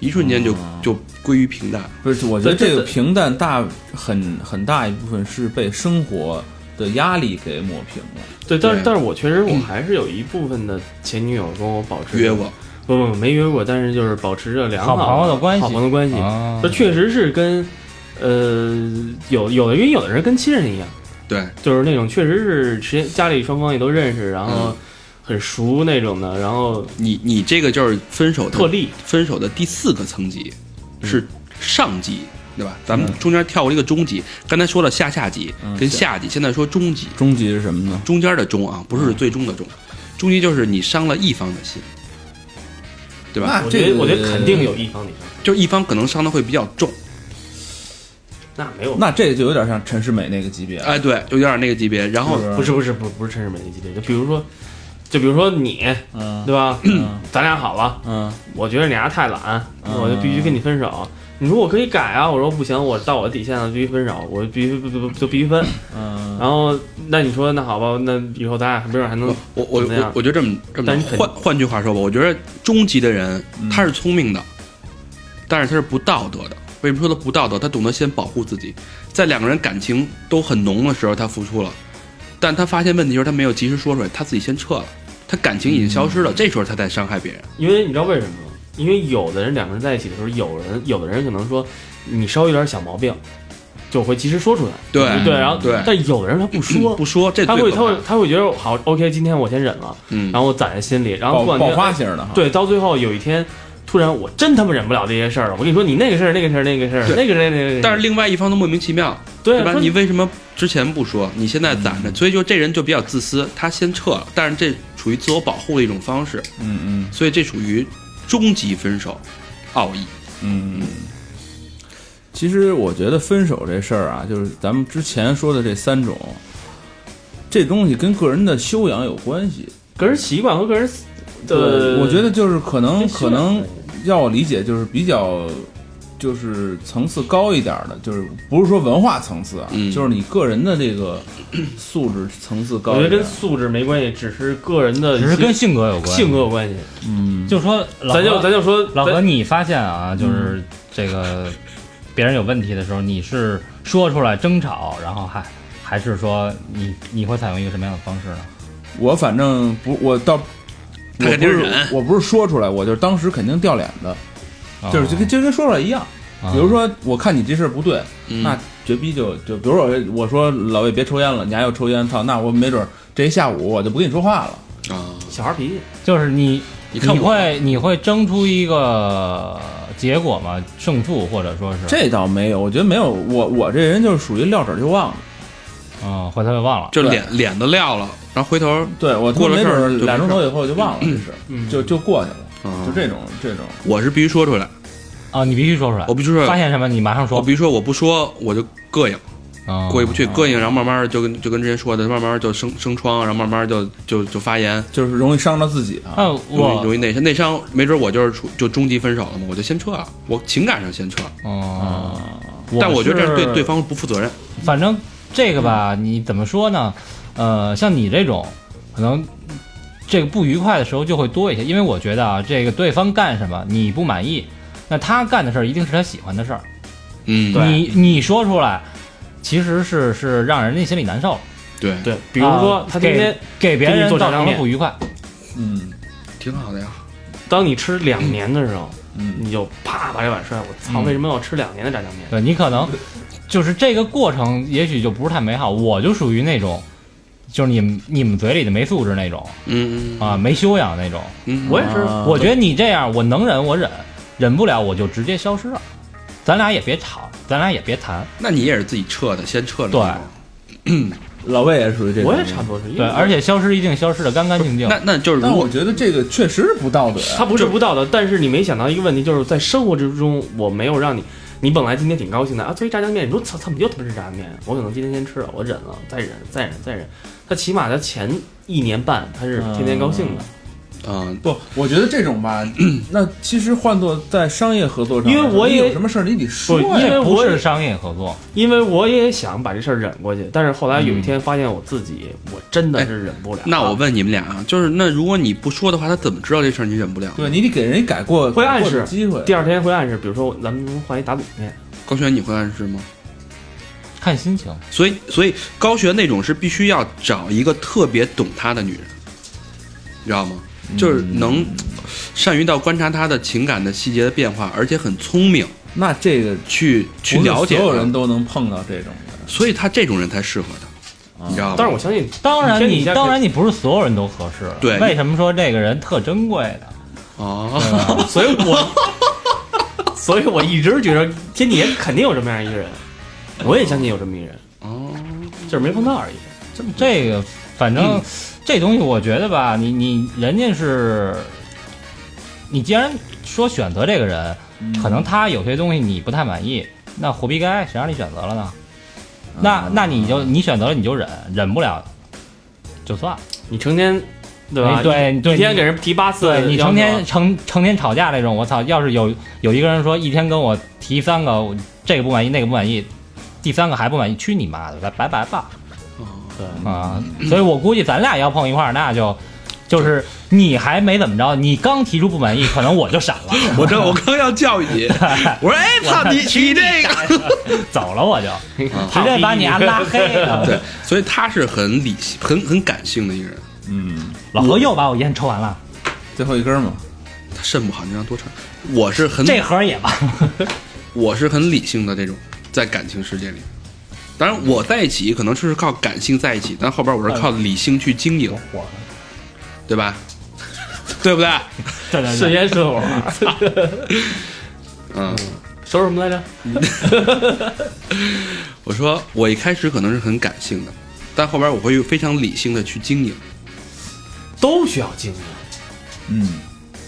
一瞬间就、就归于平淡。
不是，我觉得
对
这个
对
平淡大很很大一部分是被生活的压力给抹平了。
对，但是
对
但是我确实我还是有一部分的前女友跟我保持
约，过，
不不不没约过，但是就是保持着良好
好朋友的关系
好朋友的关系，
啊
这、确实是跟呃有有的因为有的人跟亲人一样。
对，
就是那种确实是谁家里双方也都认识，然后
嗯
很熟那种的，然后
你你这个就是分手的
嗯
特例。
分手的第四个层级是上级，对吧？咱们中间跳过一个中级，刚才说了下下级
嗯
跟下级，现在说中级，
终极是什么呢？
中间的中啊，不
嗯
是最终的中，中级就是你伤了一方的心，对吧？
那
我觉
这
得
个
我觉得肯定有一方女生，
就一方可能伤的会比较重，
那没有，
那这就有点像陈世美那个级别了，
哎，对，就有点那个级别。然后
是
不是不是不是不是陈世美那级别，就比如说，就比如说你
嗯
对吧？
嗯
咱俩好了，
嗯
我觉得你丫太懒，
嗯
我就必须跟你分手。你说我可以改啊，我说不行，我到我的底线了，必须分手，我必须不不不就必须分。
嗯，
然后那你说那好吧，那以后咱俩没准还能
我我我
怎么样
我觉得这么这么
但是肯
换换句话说吧，我觉得中级的人
嗯
他是聪明的，但是他是不道德的。为什么说他不道德？他懂得先保护自己，在两个人感情都很浓的时候，他付出了，但他发现问题的时候，他没有及时说出来，他自己先撤了，他感情已经消
嗯
失了，这时候他在伤害别人。
因为你知道为什么吗？因为有的人两个人在一起的时候，有人有的人可能说你稍微有点小毛病，就会及时说出来。
对
对，然后
哎对
但有的人他不说，
不说，这
他
最
会
可
他
怕
会他会觉得好 OK，今天我先忍了，
嗯
然后我攒在心里，然后
爆
不管
爆发型的哈，
对，到最后有一天突然我真他妈忍不了这些事儿了。我跟你说，你那个事儿、那个事儿、那个事儿、
对
那个事儿、那个事儿，
但是另外一方都莫名其妙，
对啊
对吧？
说
你为什么之前不说？你现在攒着，所以就这人就比较自私，他先撤了，但是这属于自我保护的一种方式，
嗯
所以这属于终极分手奥义。
嗯嗯。其实我觉得分手这事儿啊，就是咱们之前说的这三种，这东西跟个人的修养有关系。
个人习惯和个人的，
我觉得就是可能
跟修
可
养
能要我理解就是比较就是层次高一点儿的，就是不是说文化层次啊，
嗯
就是你个人的这个素质层次
我
高
觉得
一点
跟
儿。
素质没关系，只是个人的一些，
只是跟性格有关。
性格有关系。
嗯，
就说老
咱就
何
咱就说
老
咱
何，你发现
嗯
啊，就是这个别人有问题的时候，你是说出来争吵，然后还还是说你你会采用一个什么样的方式呢？
我反正不，我倒
他
我
肯
不
定
是
忍
我不是说出来，我就是当时肯定掉脸的，
哦
就是就跟就跟说出来一样。
啊
比如说，我看你这事儿不对，
嗯
那绝逼就就，比如说我我说老魏别抽烟了，你还要抽烟，操，那我没准儿这一下午我就不跟你说话了。
啊，
小孩脾气，
就是你
你看我
会你会争出一个结果吗？胜负或者说是
这倒没有，我觉得没有，我我这人就是属于撂枕儿就忘了。
嗯，回头就忘了。
就
对
脸脸都撂了，然后回头
对我他妈
过了
没
事
准
儿
儿
就没
俩钟
事儿
头以后就忘了这事儿，
嗯
就就过去了，
啊
就这种这种。
我是必须说出来，
啊，你必须说出来。
我必须说
发现什么你马上
我
说。
必须说我不说我就膈应，
啊
过意不去，膈应，然后慢慢就跟就跟之前说的，慢慢就生生疮，然后慢慢就就就发炎，
就是容易伤到自己啊。
啊，
容易
我
容易内伤，内伤没准我就是出就终极分手了嘛，我就先撤了，我情感上先撤，
哦，
嗯但我觉得这
是
是对对方不负责任。
反正这个吧，你怎么说呢？呃，像你这种，可能这个不愉快的时候就会多一些，因为我觉得啊，这个对方干什么你不满意，那他干的事儿一定是他喜欢的事儿，
嗯，
你你说出来，其实是是让人家心里难受。
对，
对，比如说
啊
他今天，
给别
给
人
你做炸
造
酱
成了
面
不愉快，
嗯
挺好的呀。
当你吃两年的时候，
嗯，
你就啪把这碗摔，我操，
嗯
为什么要吃两年的炸酱面？
对你可能就是这个过程，也许就不是太美好。我就属于那种，就是你们你们嘴里的没素质那种
嗯嗯
啊，没修养那种。
嗯，
我也是，
啊
我觉得你这样，我能忍我忍，忍不了我就直接消失了。咱俩也别吵，咱俩也别谈。
那你也是自己撤的，先撤了。
对
老魏也属于这种。
我也差不。多是因为
对，而且消失一定消失的干干净净。
那那就是
但
如
我
果
觉得这个确实是不道德。啊
他不是不道德，但是你没想到一个问题，就是在生活之中，我没有让你，你本来今天挺高兴的啊，做一炸酱面，你说操操，你又他妈吃炸酱面，我可能今天先吃了，我忍了，再忍，再忍，再忍，他起码他前一年半他是天天高兴的，
嗯
啊，
不，我觉得这种吧，那其实换做在商业合作上，
因为我
你
也
有什么事儿你得说
不因
呀。
为
这不
我
是
也
商业合作，
因为我也想把这事儿忍过去，但是后来有一
嗯
天发现我自己，我真的是忍不了，
那我问你们俩啊，就是那如果你不说的话，他怎么知道这事儿你忍不了？
对，你得给人家改过
会
改
暗
过的
示
机会。
第二天会暗示，比如说咱们换一打卤面，
高璇，你会暗示吗？
看心情。
所以所以高璇那种是必须要找一个特别懂他的女人，你知道吗？就是能善于到观察他的情感的细节的变化，而且很聪明，
那这个
去去了解
不是所有
他
人，都能碰到这种的。
所以他这种人才适合他，你知道吗？
但是我相信，
当然
你
你当然你不是所有人都合适。
对
为什么说这个人特珍贵呢？
哦，
所以我，所以我一直觉得天底下肯定有这么样一个人，我也相信有这么一人，
哦，
就是没碰到而已。
这个反正、这东西我觉得吧，你你人家是，你既然说选择这个人，可能他有些东西你不太满意，那活逼该，谁让你选择了呢？那那你就你选择了你就忍，忍不了就算。
你成天，对吧？
哎对
一
对
一天给人提八次要求，啊
对你成天成成天吵架那种，我操！要是有有一个人说一天跟我提三个，我这个不满意，那个不满意，第三个还不满意，去你妈的，拜拜拜吧！
哦对
啊，所以我估计咱俩要碰一块儿，那就就是你还没怎么着，你刚提出不满意，可能我就闪了，
我这我刚要教育 你，我说哎操你你这个，
走了我就直
胖
接
逼
把你啊拉黑了。
对，所以他是很理性、很很感性的一个人，
嗯，
老何又把我烟抽完了，
最后一根儿嘛，
他肾不好，你让他多抽。我是很
这盒也吧。
我是很理性的这种，在感情世界里。当然，我在一起可能是靠嗯感性在一起，但后边我是靠理性去经营，对吧？ 对不对？
对对
顺
对，
烟顺火，
嗯，
说什么来着？
我说我一开始可能是很感性的，但后边我会非常理性的去经营。
都需要经营，
嗯，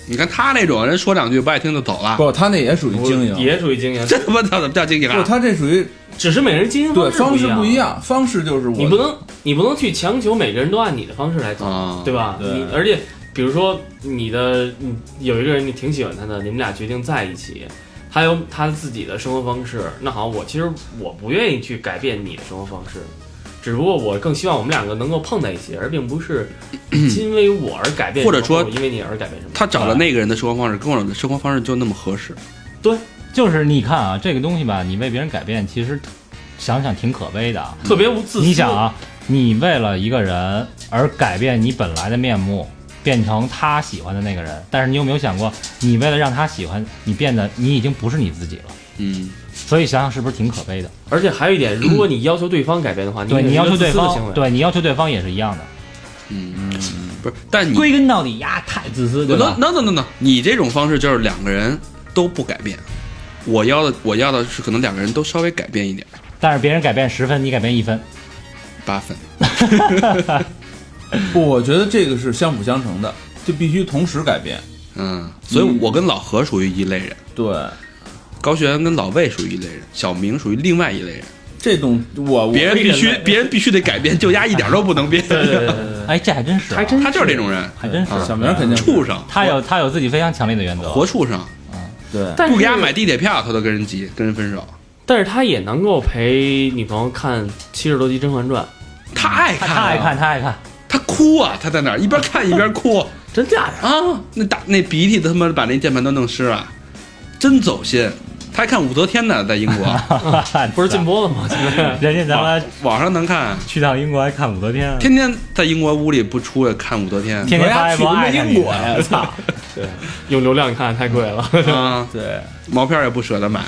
你看他那种人说两句不爱听就走了，
不，他那也属于经营，
也属于经营，
这他妈叫怎么叫经营
不，
啊？
他这属于
只是每人经营
对
方
方式不
一
一。样，方式就是我
你不能，你不能去强求每个人都按你的方式来走，
啊
对吧？
对
你而且，比如说你的，你有一个人你挺喜欢他的，你们俩决定在一起，他有他自己的生活方式。那好，我其实我不愿意去改变你的生活方式，只不过我更希望我们两个能够碰在一起，而并不 是因为我而改变什么，
或者说
因为你而改变什么。
他找的那个人的生活方式跟我的生活方式就那么合适，
就是你看啊，这个东西吧，你为别人改变，其实想想挺可悲的啊。
特别无自私。
你想啊，你为了一个人而改变你本来的面目，变成他喜欢的那个人，但是你有没有想过，你为了让他喜欢，你变得你已经不是你自己了？
嗯，
所以想想是不是挺可悲的？
而且还有一点，如果你要求对方改变的话，
对
你
你要求对
自私的行
方，
为，
对你要求对方也是一样的。
嗯，不是，但你
归根到底呀，太自私，对
no
吧？
no no no no，你这种方式就是两个人都不改变。我要的我要的是可能两个人都稍微改变一点，
但是别人改变十分，你改变一分，
八分。
不，我觉得这个是相辅相成的，就必须同时改变。
嗯，所以我跟老何属于一类人，
对，
高璇跟老魏属于一类人，小明属于另外一类人。
这种我我
别人必须别人必须得改变，就丫一点都不能变。
对对对对对
哎，这还真是啊，
还真
他就是这种人，
还真是
啊
小明肯定
畜生，
他有他有自己非常强烈的原则，
活畜生，
对，
但
不
是
给他买地铁票，他都跟人急，跟人分手。
但是他也能够陪女朋友看七十多集《甄嬛传
他爱
他
看，啊
他爱，看啊他爱看，
他哭啊，他在那儿一边看一边哭啊》，
真假的？，
那打那鼻涕他妈把那键盘都弄湿了，真走心。他还看武则天呢，在英国，
不是啊禁播了吗？现在
人家咱们
网上能看，
去趟英国还看武则天啊，
天天在英国屋里不出来看武则 天
天天
家
发微
去什
博
么
爱上你
英国呀？操！
对，用流量看太贵 了。
啊，
对，
毛片也不舍得买。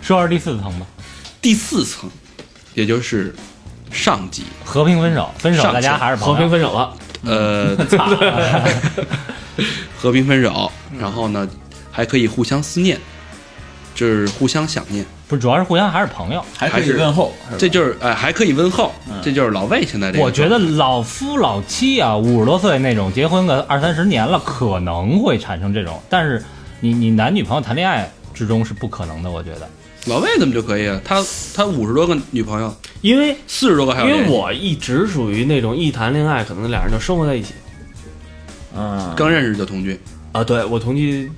说说第四层吧，
第四层，也就是上级，
和平分手，分手
上
大家
层
还是
和
朋
平
友，
分手了，
呃，和平分手，然后呢，还可以互相思念，就是互相想念，
不主要是互相还是朋友。
还可
还
以
是
问候，是吧
这就是哎、还可以问候，
嗯
这就是老魏现在这个。
我觉得老夫老妻啊，五十多岁那种，结婚个二三十年了，可能会产生这种，但是你你男女朋友谈恋爱之中是不可能的，我觉得。
老魏怎么就可以啊？他他五十多个女朋友，
因为
四十多个还
因
有联
为
系
我一直属于那种一谈恋爱，可能俩人就生活在一起
嗯，
刚认识就同居，
啊。对我同 居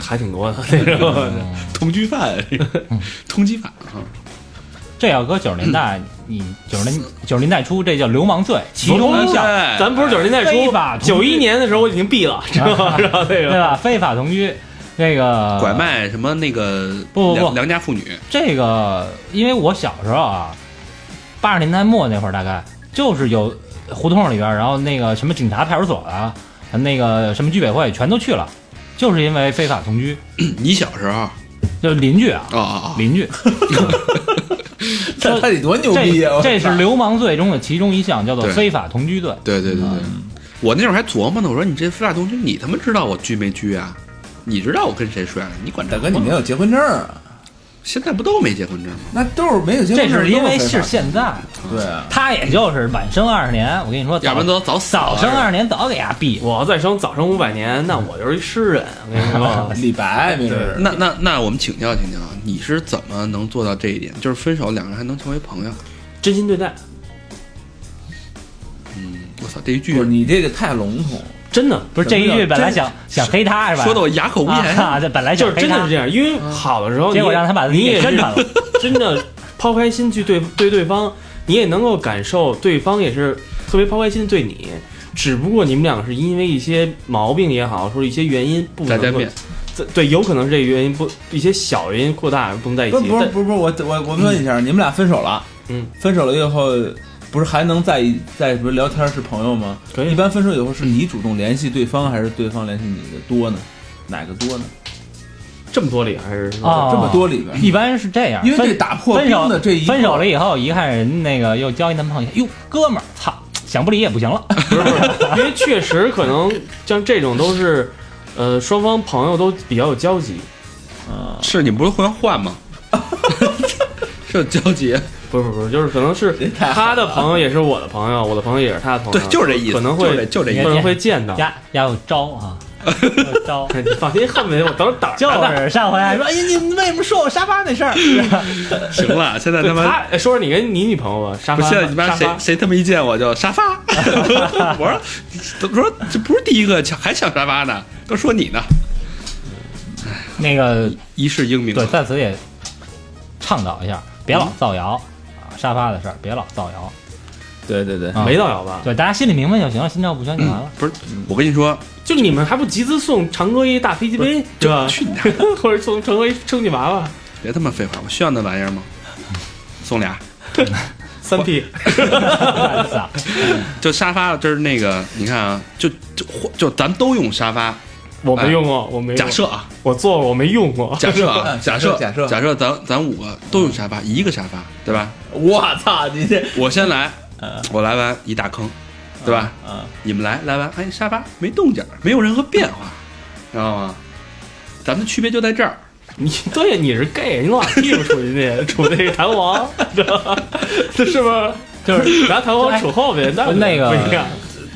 还挺多的 那种，
同居 犯，通缉犯啊！
这要搁九十年
嗯
代，你九十年九十年代初，这叫流氓罪，其中一项，
哎
咱不是九十年代
非
初
法，同居
九一年的时候我已经 毙了，知道吗？知道那
对
个
吧？非法同居，这个
啊拐卖什么那个
不不不
良良家妇女，
这个，因为我小时候啊，八十年代末那会儿，大概就是有胡同里边儿，然后那个什么警察派出所啊，那个什么居委会全都去了，就是因为非法同居，
你小时候啊
就是邻居啊，
啊啊！
邻居，
哦这他得多牛逼啊！
这
我
这是
操
流氓罪中的其中一项，叫做
对
非法同居罪。
对对对对，我那会儿还琢磨呢，我说你这四大同居，你他妈知道我居没居啊？你知道我跟谁睡啊？你管这
大
个
哥，你没有结婚证啊？
现在不都没结婚证吗？
那都是没有结
这
婚证，
是因为
都非
是
法
现在，
对啊，
他也就是晚生二十年，我跟你说，
要不然
早
都早死
早
了
生二十年早给他毙。
我要再生早生五百年，那我就是一诗人。我跟你 说
，李白没准儿
那那那我们请教请教，你是怎么能做到这一点？就是分手两个人还能成为朋友？
真心对待，
嗯，我操，这一句
不是你这个太笼统，
真的
不是这一
什么
句
叫
本来
真
想想黑他是吧？
说的我哑口无言。
啊，这本来
就
想
是
黑
真的
他
是这样，因为好的时候你也，
结果让他把自
你
己给
也
宣
是
传了。
真的抛开心去对 对对方，你也能够感受对方也是特别抛开心对你，只不过你们两个是因为一些毛病也好，或者一些原因不
再
能
见
够
面，
这对，有可能是这个原因不一些小原因扩大不能在一
不
起。
不是
但
不是不是我我我问一下，你们俩分手了？
嗯，
分手了以后，不是还能在一在不是聊天是朋友吗？
可以
一般分手以后是你主动联系对方，还是对方联系你的多呢？哪个多呢？
这么多理还是说
啊哦
这么多里 边，
一般是这样，
因为
分
这打破
分手
冰的这一
分手了以后，一看人那个又交一男朋友，哟，哥们儿，操，想不离也不行了。
啊
不是不是，因为确实可能像这种都是，呃，双方朋友都比较有交集，
是你们不是互相换 吗？是有交集，
不是不是不是，就是可能是他的朋友也是我的朋友，我的朋友也是他的朋友，
对，就是这意思，
可能
就这
会
就这意
可
思。
能会见到。
丫丫有招 啊，有招。
你 放心，后面我等着等
就
着呢。
是上回还说，哎，你你为什么说我沙发 那事儿？
行 了，现在
对
他妈，
他哎说说你跟你女朋友吧，沙
我
发吧，
现在你妈
沙
谁
发，
谁他妈一见我就沙 发，我说怎么说这不是第一个抢还抢沙发呢？都说你呢，
那个
一世英名。
对，在此也倡导一下，别
嗯
老造谣啊，沙发的事儿别老造谣。
对对对，
啊
没到摇吧？
对，大家心里明白就行了，心照不宣就完了。
不是，我跟你说，
就你们还不集资送长哥一大飞机杯，对啊吧？
去你
或者送长哥一充气娃娃，
别他妈废话，我需要那玩意儿吗？送俩，
三 P
哎就沙发，就是那个，你看啊，就就就咱们都用沙发。
我没用过，我没用
假设啊，
我坐过，我没用过。
假 设啊，
嗯
假
假
设
设假设
假设咱咱五个都用沙发，一个沙发，对吧？
我操，你 这
我先来
嗯，
我来完一大坑，对吧？
嗯，
你们来来完，哎，沙发没动静儿，没有任何变化，知道吗？咱们的区别就在这儿。
你对呀，你是 gay，你老屁股杵 进去，杵那个弹簧，知道吧？这是不是？就是拿弹簧
哎
杵后面，那
那个
不一样。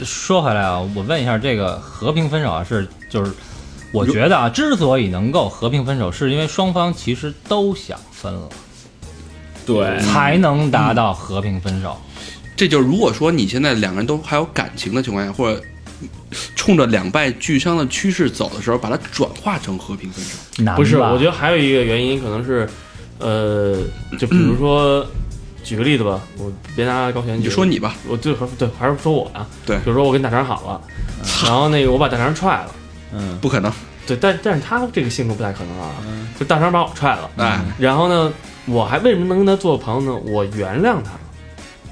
说回来啊，我问一下，这个和平分手啊，是就是我觉得啊，之所以能够和平分手，是因为双方其实都想分了，
对，
才能达到和平分手。
这就是如果说你现在两个人都还有感情的情况下，或者冲着两败俱伤的趋势走的时候，把它转化成和平分手。
嗯
难
不是，
吧
我觉得还有一个原因可能是，呃，就比如说，举个例子吧，我别拿高璇
嗯你
举，
就说，你吧，
我对对，还是说我呀、
对嗯
比如说我跟大肠好了，然后那个我把大肠踹了，
嗯，
不可能，
对，但但是他这个性格不太可能啊，
嗯
就大肠把我踹了，
哎，
嗯
然后呢，我还为什么能跟他做朋友呢？我原谅他，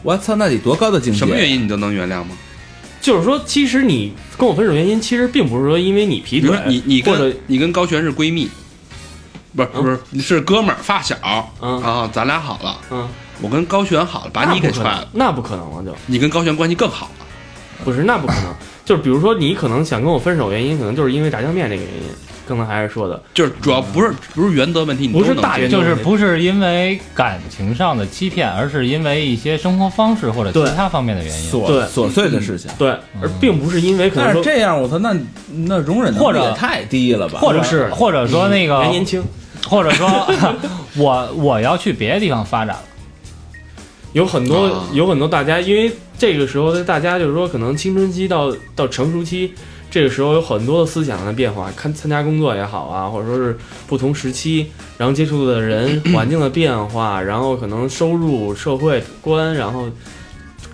我操，那得多高的境界？
什么原因你都能原谅吗？
就是说，其实你跟我分手原因，其实并不是说因为你
比
劈
如
腿
说，你你
或
跟
者
你跟高璇是闺蜜，不是
嗯
不是你是哥们儿发小
嗯
啊，咱俩好了，
嗯，
我跟高璇好了，把你给踹了，
那不可能，那不可能了就。
你跟高璇关系更好了，
不是，那不可能。就是比如说，你可能想跟我分手，原因可能就是因为炸酱面这个原因。刚才还是说的，
就是主要不是嗯不是原则问题，你都
不是
能
大
接
原
受
就是不是因为感情上的欺骗，而是因为一些生活方式或者
对
其他方面的原因。
琐
对
琐碎的事情？
对，而并不是因为可
但
能
是
说
这样，我操，那那容忍能力
或者
也太低了吧？
或者
不是
或者说那个
还，年轻，
或者说 我我要去别的地方发展了，
有很多、
啊
有很多大家，因为这个时候的大家就是说，可能青春期到到成熟期，这个时候有很多的思想上的变化，看参加工作也好啊，或者说是不同时期，然后接触的人、环境的变化，然后可能收入、社会观，然后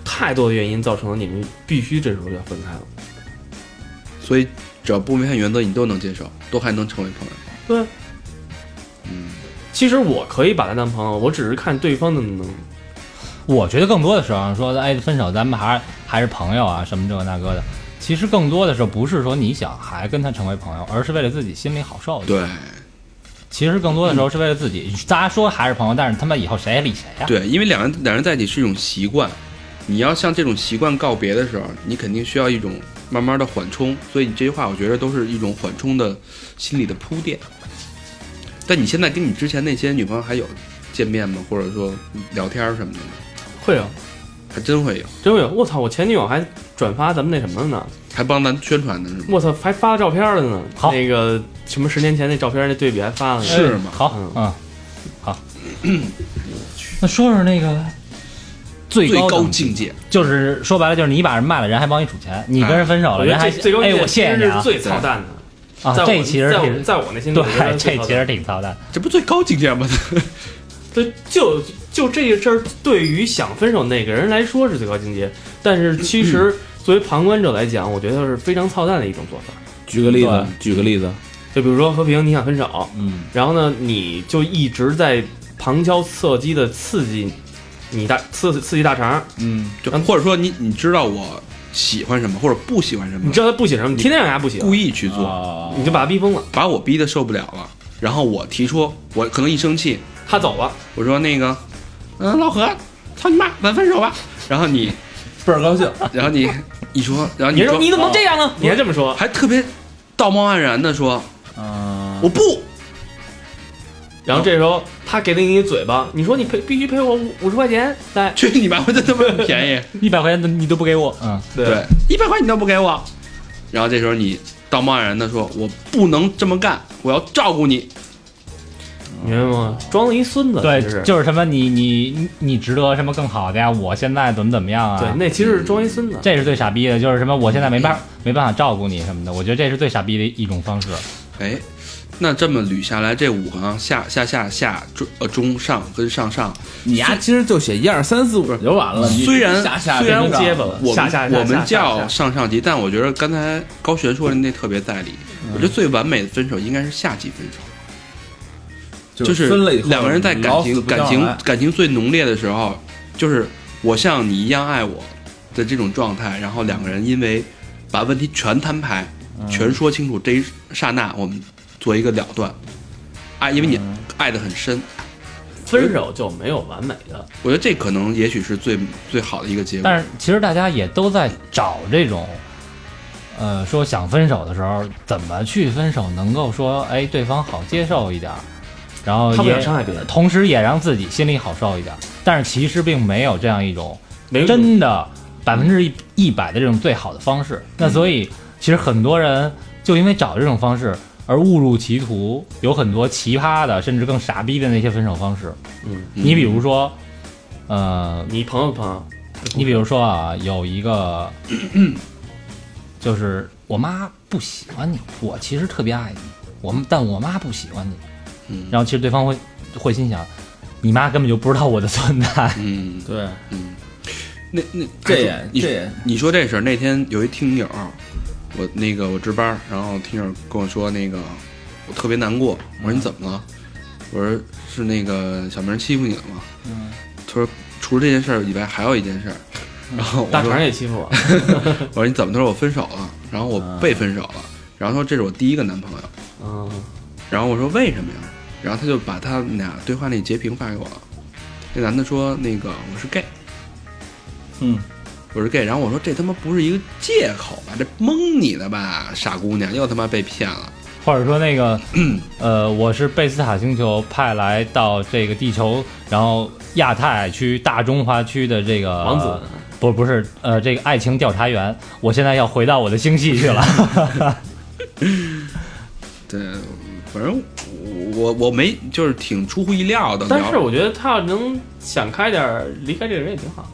太多的原因造成了你们必须这时候要分开了。
所以只要不违反原则，你都能接受，都还能成为朋友。
对，
嗯，
其实我可以把他当朋友，我只是看对方能不能。
我觉得更多的时候说，哎，分手咱们还还是朋友啊，什么这个那个的。其实更多的时候不是说你想还跟他成为朋友，而是为了自己心里好受。，
对
其实更多的时候是为了自己。大家说还是朋友，但是他妈以后谁还理谁啊呀、
对，因为两人两人在一起是一种习惯，你要向这种习惯告别的时候，你肯定需要一种慢慢的缓冲，所以你这句话我觉得都是一种缓冲的心理的铺垫。但你现在跟你之前那些女朋友还有见面吗？或者说聊天儿什么的吗？
会有，
还真会有，
真会有！我操，我前女友还转发咱们那什么呢？
还帮咱宣传的是吗？
我操，还发照片了呢。
好
那个什么十年前那照片那对比还发了呢。
是吗？
好，
嗯
嗯，好。 那说说那个最
最
高
高
等级
境界，
就是说白了，就是你把人卖了，人还帮你数钱，你跟人分手了，
哎我觉
人
得
还
这最高
哎，
境界
我谢谢
其
你
实是
啊
最操蛋的。
啊
在，我
这其实
在我
挺
在我那心里，我觉得是
对，这
最操
其实
蛋的
挺操蛋。
这不最高境界吗？
对，就就这个事儿，对于想分手那个人来说是最高境界，但是其 实作为旁观者来讲，我觉得是非常操蛋的一种做法。
举个例子，举个例子，
就比如说和平，你想分手，
嗯，
然后呢，你就一直在旁敲侧击的刺激你大刺刺激大肠，
嗯，
就或者说你你知道我喜欢什么或者不喜欢什么，
你知道他不写什么，你天天让他不写，
嗯故意去做，
啊，
你就把他逼疯了，
把我逼得受不了了。然后我提出，我可能一生气，
他走了，
我说那个，嗯、老何，操你妈，咱分手吧。然后你
倍儿高兴。
然后你你说，然后
你
说
说你怎么能这
样呢？
你还这么说，
还特别道貌岸然的说
嗯，
我不，
然后这时候他给了你一嘴巴，你说你赔必须赔我五五十块钱来，
去你妈！我这他妈便 宜，
一百块钱的你都不给我，嗯，
对，一百块你都不给我。然后这时候你道貌岸然的说，我不能这么干，我要照顾你。
明白吗？装了一孙子，
对
其实，
就是什么你你你你值得什么更好的呀？我现在怎么怎么样啊？嗯
对，那嗯其实是装一孙子。
这是最傻逼的，就是什么我现在没办没办法照顾你什么的，我觉得这是最傻逼的一种方式。
哎，那这么捋下来，这五行啊下下下下中呃中上跟上上，
你呀，其实就写一二三四五就完了。你
虽然
下下
虽然
这个
结巴了，
我
下
们
下下
我们叫
下下
上上级，但我觉得刚才高璇说的那特别在理。我觉得最完美的分手应该是下级分手，就是
分了以后，
两个人在感
老死
情
不相
感情
往来
感情最浓烈的时候，就是我像你一样爱我的这种状态，然后两个人因为把问题全摊牌、
嗯
全说清楚，这一刹那我们做一个了断。爱，因为你
嗯
爱得很深，
分手就没有完美的，
我觉得这可能也许是最最好的一个结果。
但是其实大家也都在找这种，呃，说想分手的时候怎么去分手，能够说哎对方好接受一点儿，然后
他不
哦也
想伤害别人
同时也让自己心里好受一点儿。但是其实并没有这样一种
没
真的百分之一一百的这种最好的方式。那所以其实很多人就因为找这种方式而误入歧途，有很多奇葩的，甚至更傻逼的那些分手方式。
嗯，
你比如说，呃，
你朋友朋友，
你比如说啊，有一个，就是我妈不喜欢你，我其实特别爱你，我但我妈不喜欢你，
嗯
然后其实对方会会心想，你妈根本就不知道我的存在，
嗯，
对，
嗯，那那
哎这也
你
这也
你说这事儿，那天有一听友，我那个我值班，然后听友跟我说那个我特别难过，我说
嗯
你怎么了？我说是那个小明欺负你了吗？
嗯，
他说除了这件事儿以外还有一件事儿，
嗯
然后我
大
说
肠也欺负我，
我说你怎么？他说我分手了，然后我
嗯
被分手了，然后说这是我第一个男朋友，
嗯，
然后我说为什么呀？然后他就把他们俩对话那截屏发给我了，那男的说那个我是 gay。
嗯，
我是 gay，然后我说这他妈不是一个借口吧？这蒙你的吧，傻姑娘，又他妈被骗了。
或者说那 个，呃，我是贝斯塔星球派来到这个地球，然后亚太区大中华区的这个
王子
不不是呃这个爱情调查员，我现在要回到我的星系去了。
对，反正我我没就是挺出乎意料的。
但是我觉得他要能想开点儿，离开这个人也挺好。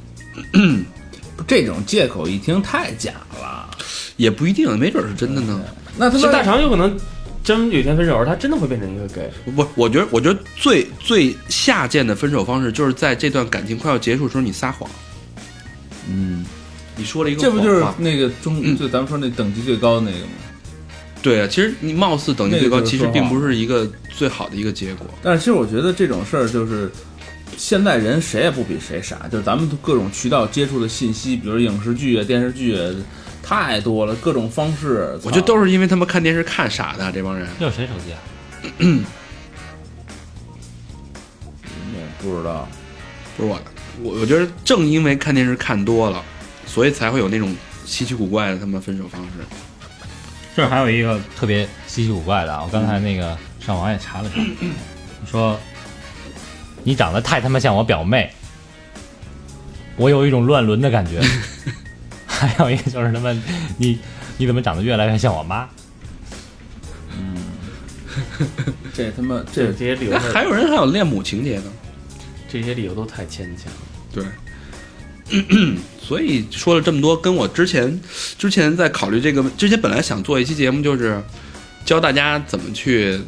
这种借口一听太假了。
也不一定，没准是真的呢。
那他
其实
妈
大肠有可能真有一天分手的时候，他真的会变成一个 gay。
不，我觉得我觉得最最下贱的分手方式就是在这段感情快要结束的时候你撒谎，
嗯，
你说了一个
这不就是
谎话
那个中
嗯
就咱们说那等级最高的那个吗？
对啊？其实你貌似等级最高，
那个就是
其
说啊
实
谎
并不是一个最好的一个结果。
但是其实我觉得这种事儿就是，现在人谁也不比谁傻，就是咱们各种渠道接触的信息，比如影视剧啊、电视剧啊，太多了，各种方式。
我觉得都
是
是因为他们看电视看傻的啊这帮人。
这是谁手机啊？
不知道，
不是我的，我我觉得正因为看电视看多了，所以才会有那种稀奇古怪的他们分手方式。
这儿还有一个特别稀奇古怪的啊！我刚才那个上网也查了查，说你长得太他妈像我表妹，我有一种乱伦的感 觉。还有一个就是他妈你你怎么长得越来越像我妈？
这他妈
这
这
这些理由
那
太，
还有人还有恋母情节呢，
这些理由都太牵强。
对。 所以说了这么多，跟我之前之前在考虑这个，之前本来想做一期节目，就是教大家怎么去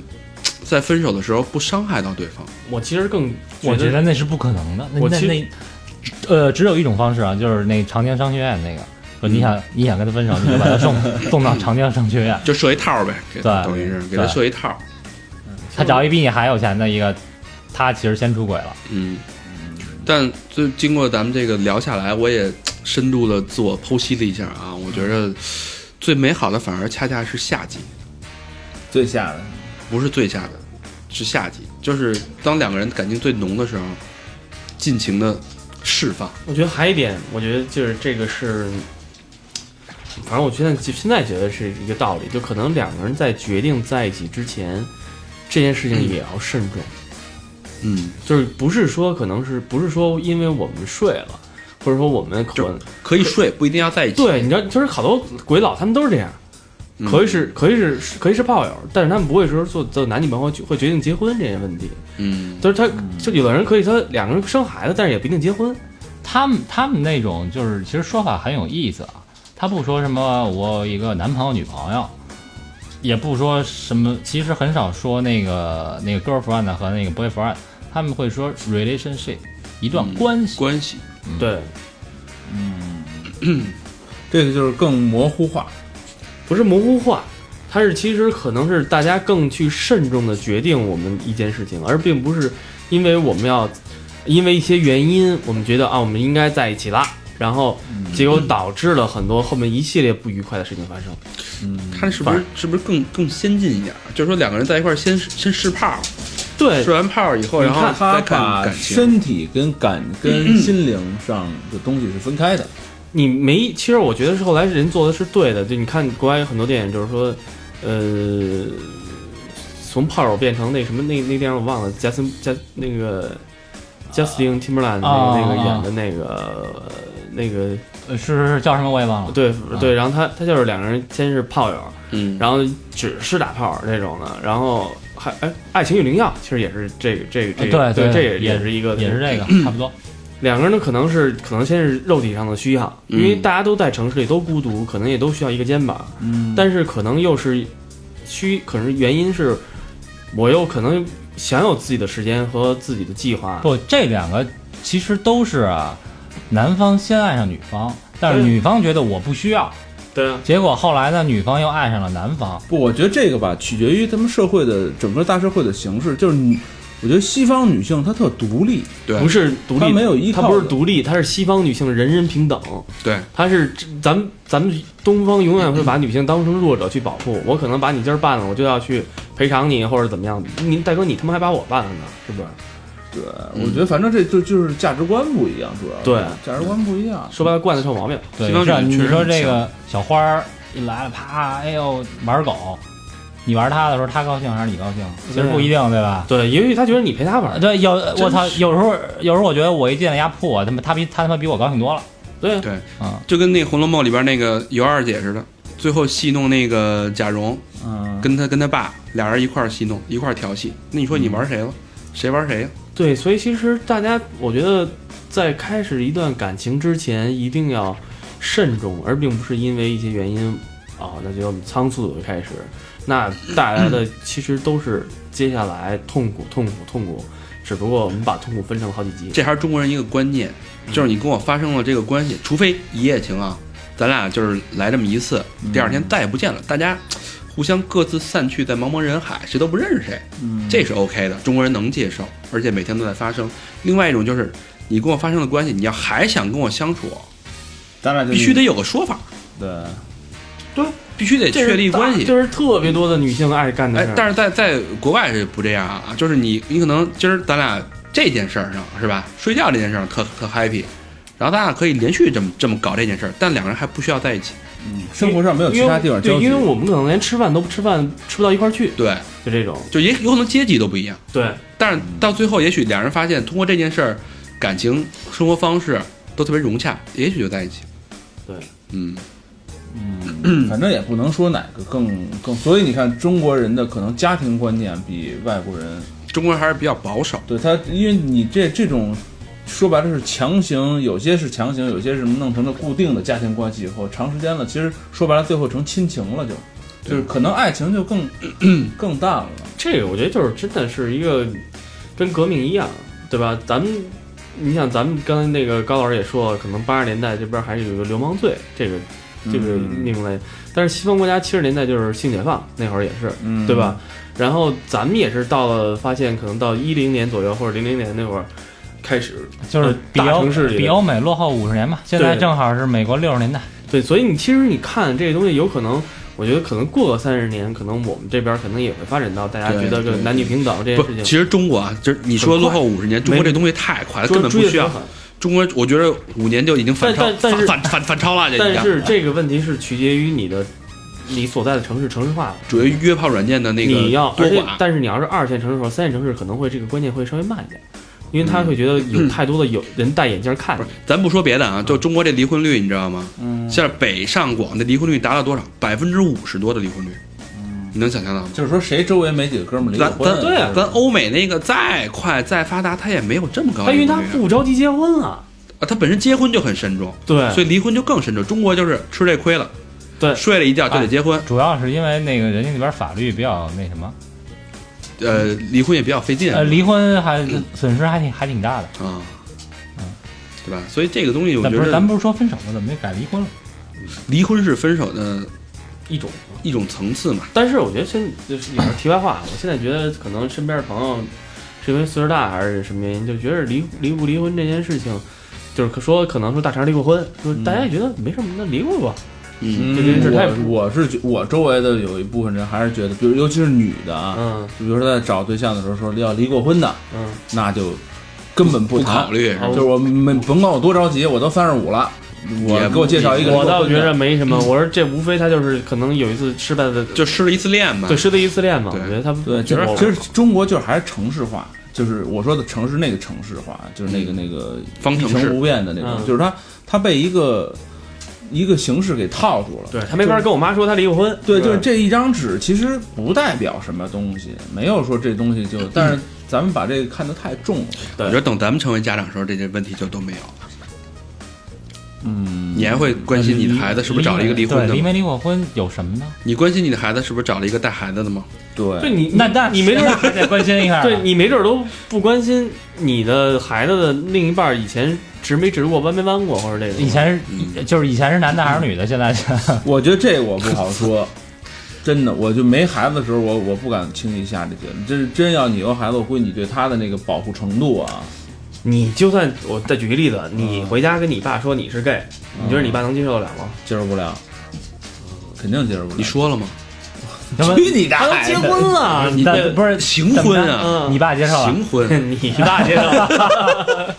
在分手的时候不伤害到对方。
我其实更
我觉
觉
得那是不可能的。那
我
那
其实
那呃，只有一种方式啊，就是那长江商学院那个，说你想你想跟他分手，你就把他 送送到长江商学院，
就设一套呗，给
对
等于是给他
对
设一套。
他找一比你还有钱的一个，他其实先出轨了。
嗯，但就经过咱们这个聊下来，我也深度的自我剖析了一下啊，我觉
嗯
得最美好的反而恰恰是下级。
最吓人。
不是最下的，是下级，就是当两个人感情最浓的时候，尽情的释放。
我觉得还有一点，我觉得就是这个是，反正我现在就现在觉得是一个道理，就可能两个人在决定在一起之前，这件事情也要慎重，
嗯，
就是不是说可能是不是说因为我们睡了，或者说我们可
就可以睡，不一定要在一起。
对，你知道，就是好多鬼佬他们都是这样，
嗯
可以是可以是可以是炮友，但是他们不会说做做男女朋友就会决定结婚这些问题，
嗯，
就是他就有的人可以他两个人生孩子，但是也不一定结婚，
他们他们那种就是其实说法很有意思啊，他不说什么我有一个男朋友女朋友，也不说什么，其实很少说那个那个 girlfriend 和那个 boyfriend，他们会说 relationship，一段关系。
关系，
对，
这个就是更模糊化。
不是模糊化，它是其实可能是大家更去慎重的决定我们一件事情，而并不是因为我们要因为一些原因，我们觉得啊我们应该在一起啦，然后
嗯
结果导致了很多后面一系列不愉快的事情发生。
他是不是是不是更更先进一点？就是说两个人在一块儿先先试泡，
对
试，完泡以
哦
后，然后
他
再看
把
感情。
身体跟 感跟心灵上的东西是分开的。
你没，其实我觉得是后来人做的是对的。就你看国外有很多电影，就是说，呃，从炮友变成那什么那那电影我忘了，贾森贾那个 Justin Timberland 那个、
啊
那个
啊
演的那个、呃那个
呃，是是是叫什么我也忘了。
对对，然后他他就是两个人先是炮友，
嗯，
然后只是打炮那种的，然后还哎爱情与灵药其实也是这个这个这个
啊对对
这也
也
也是一个
也是这个 差不多。
两个人呢，可能是可能先是肉体上的需要，因为
嗯
大家都在城市里都孤独，可能也都需要一个肩膀，
嗯
但是可能又是需，可能原因是我又可能享有自己的时间和自己的计划，
不，这两个其实都是啊，男方先爱上女方，但是
对
女方觉得我不需要，
对啊，
结果后来呢，女方又爱上了男方。
不，我觉得这个吧，取决于咱们社会的整个大社会的形式。就是你，我觉得西方女性她特独立，
对，
不是独立，
她没有依靠
她不是
的
独立，她是西方女性人人平等，
对，
她是咱们咱们东方永远会把女性当成弱者去保护，我可能把你今儿办了，我就要去赔偿你或者怎么样，你大哥你他妈还把我办了呢，是不是？
对，
嗯
呃我觉得反正这就就是价值观不一样，主要是
对
价值观不一样。
说白了惯的臭毛病，
对，
西方
是啊
女人
你
确实
说
很
这
强
个小花儿一来了，啪，哎呦，玩狗，你玩它的时候，它高兴还是你高兴？其实
对啊
不一定，对吧？
对，也许他觉得你陪他玩儿，
对，有我操，有时候有时候我觉得我一进那家铺，我他妈他比他他妈比我高兴多了。
对啊，
对
嗯，
就跟那《红楼梦》里边那个尤二姐似的，最后戏弄那个贾蓉，
嗯，
跟他跟他爸俩人一块儿戏弄，一块儿调戏。那你说你玩谁了？谁玩谁呀？
对，所以其实大家，我觉得在开始一段感情之前，一定要慎重，而并不是因为一些原因啊、那就我们仓促的开始，那带来的其实都是接下来痛苦、痛苦、痛苦，只不过我们把痛苦分成了好几级。
这还是中国人一个观念，
嗯
就是你跟我发生了这个关系，除非一夜情啊，咱俩就是来这么一次，
嗯
第二天再也不见了，大家互相各自散去，在茫茫人海，谁都不认识谁，
嗯
嗯这是 OK 的，中国人能接受，而且每天都在发生。另外一种就是你跟我发生了关系，你要还想跟我相处，
嗯
咱俩就
必须得有个说法，
对，
必须得
这是
确立
大
关系。
这是特别多的女性爱干的
哎
事儿。，
但是在在国外是不这样啊，就是你你可能今儿咱俩这件事儿上是吧，睡觉这件事儿上特特 happy，然后咱俩可以连续这么这么搞这件事儿，但两个人还不需要在一起。
嗯生活上没有其
因为
他地方
对
交，集
因为。我们可能连吃饭都不吃饭吃不到一块儿去，
对，
就这种。
就也有可能阶级都不一样，
对，
但
嗯
是到最后也许两人发现通过这件事儿，感情生活方式都特别融洽，也许就在一起。
对，
嗯，
嗯反正也不能说哪个更更，所以你看中国人的可能家庭观念比外国人
中国人还是比较保守。
对他，因为你这这种说白了是强行，有些是强行，有些是弄成了固定的家庭关系以后，长时间了，其实说白了最后成亲情了就，就是可能爱情就更更淡了。
这个我觉得就是真的是一个跟革命一样，对吧？咱们，你想咱们刚才那个高老师也说了，可能八十年代这边还有一个流氓罪这个这个
嗯
命类，但是西方国家七十年代就是性解放那会儿也是，
嗯
对吧？？然后咱们也是到了发现，可能到一零年左右或者零零年那会儿开始，
就是比
大
欧
城市里的
比欧美落后五十年嘛，现在
对
正好是美国六十年代。
对，所以你其实你看这个东西，有可能，我觉得可能过个三十年，可能我们这边可能也会发展到大家
对
觉得个
对
男女平等这
不
件事，
其
情，
实中国啊，就是你说落后五十年，中国这东西太快了，根
说
本
追
不
得
需
很
要
狠
中国，我觉得五年就已经反超
但，但但是
反反反反超了，这已
但
经
是这个问题是取决于你的你所在的城市城市化了，
主要约炮软件的那个
你要
多
而且
寡，
但是你要是二线城市的话，三线城市可能会这个观念会稍微慢一点，因为他会觉得有太多的有人戴眼镜
嗯
看
不
你
是，咱不说别的啊，就中国这离婚率，你知道吗？嗯，现在北上广的离婚率达到多少？百分之五十多的离婚率，你能想象到吗？
就是说谁周围没几个哥们儿离过
嗯咱
婚
咱
的？
对啊
咱欧美那个再快再发达，它也没有这么高
他
的
因
离婚
为他
率啊。
不着急结婚啊，
啊，他本身结婚就很慎重，
对
所以离婚就更慎重。中国就是吃这亏了，
哎对
睡了一觉就得结婚，
主要是因为那个人家那边法律比较那什么，
呃，离婚也比较费劲
呃，离婚还损失还挺还挺大的。
啊，对吧？所以这个东西，我
咱
觉
不是咱
得
不是说分手吗？怎么就改离婚了？
离婚是分手的
一种。
一种层次嘛。
但是我觉得现就是有点题外话，我现在觉得可能身边的朋友是因为岁数大还是什么原因，就觉得离离不离婚这件事情，就是可说可能说大肠离过婚，说大家也觉得没什么，那离过吧。
嗯
嗯，
这件事太
我我是觉我周围的有一部分人还是觉得，比如尤其是女的啊，
嗯
就比如说在找对象的时候说要离过婚的，
嗯，
那就根本
不
谈。
考虑是吧
啊
就是我们甭管我多着急，我都三十五了，
也
我
不
给我介绍一个离
我
过婚的，
倒觉得没什么，我说这无非他就是可能有一次失败的，
就失了一次恋嘛。
对失的一次恋嘛，我
对
觉得他们
对，就是
我
其实中国就是还是城市化，就是我说的城市那个城市化，就是那个那个
方
一
程式
成不变的那种，
嗯
就是它它被一个一个形式给套住了。
对他没法跟我妈说他离过婚，
对，就是这一张纸其实不代表什么东西，没有说这东西就，但是咱们把这个看得太重了。
我觉得等咱们成为家长的时候，这些问题就都没有了。
嗯，
你还会关心你的孩子是不是找了一个离婚的
对，离
吗？
没离过婚有什么呢？
你关心你的孩子是不是找了一个带孩子的吗？
对
对，
你
那那
你没准
那还得关心一下啊。
对你没准儿都不关心你的孩子的另一半儿以前值没值过、弯没弯过，或者这种。
以前是、就是以前是男的还是女的，现在是
我觉得这我不好说， 真的，我就没孩子的时候，我我不敢轻易下这结论。这是真要你有孩子，我估计你对他的那个保护程度啊，
你就算我再举个例子，你回家跟你爸说你是 gay，、你觉得你爸能接受得了吗？
接受不了，肯定接受不了。
你说了吗？
什么？
去你大
他都
爷
结
的！
婚了， 你
但
这
不是
行婚
怎么
啊，
办你爸接受了
行婚。
你爸接受了，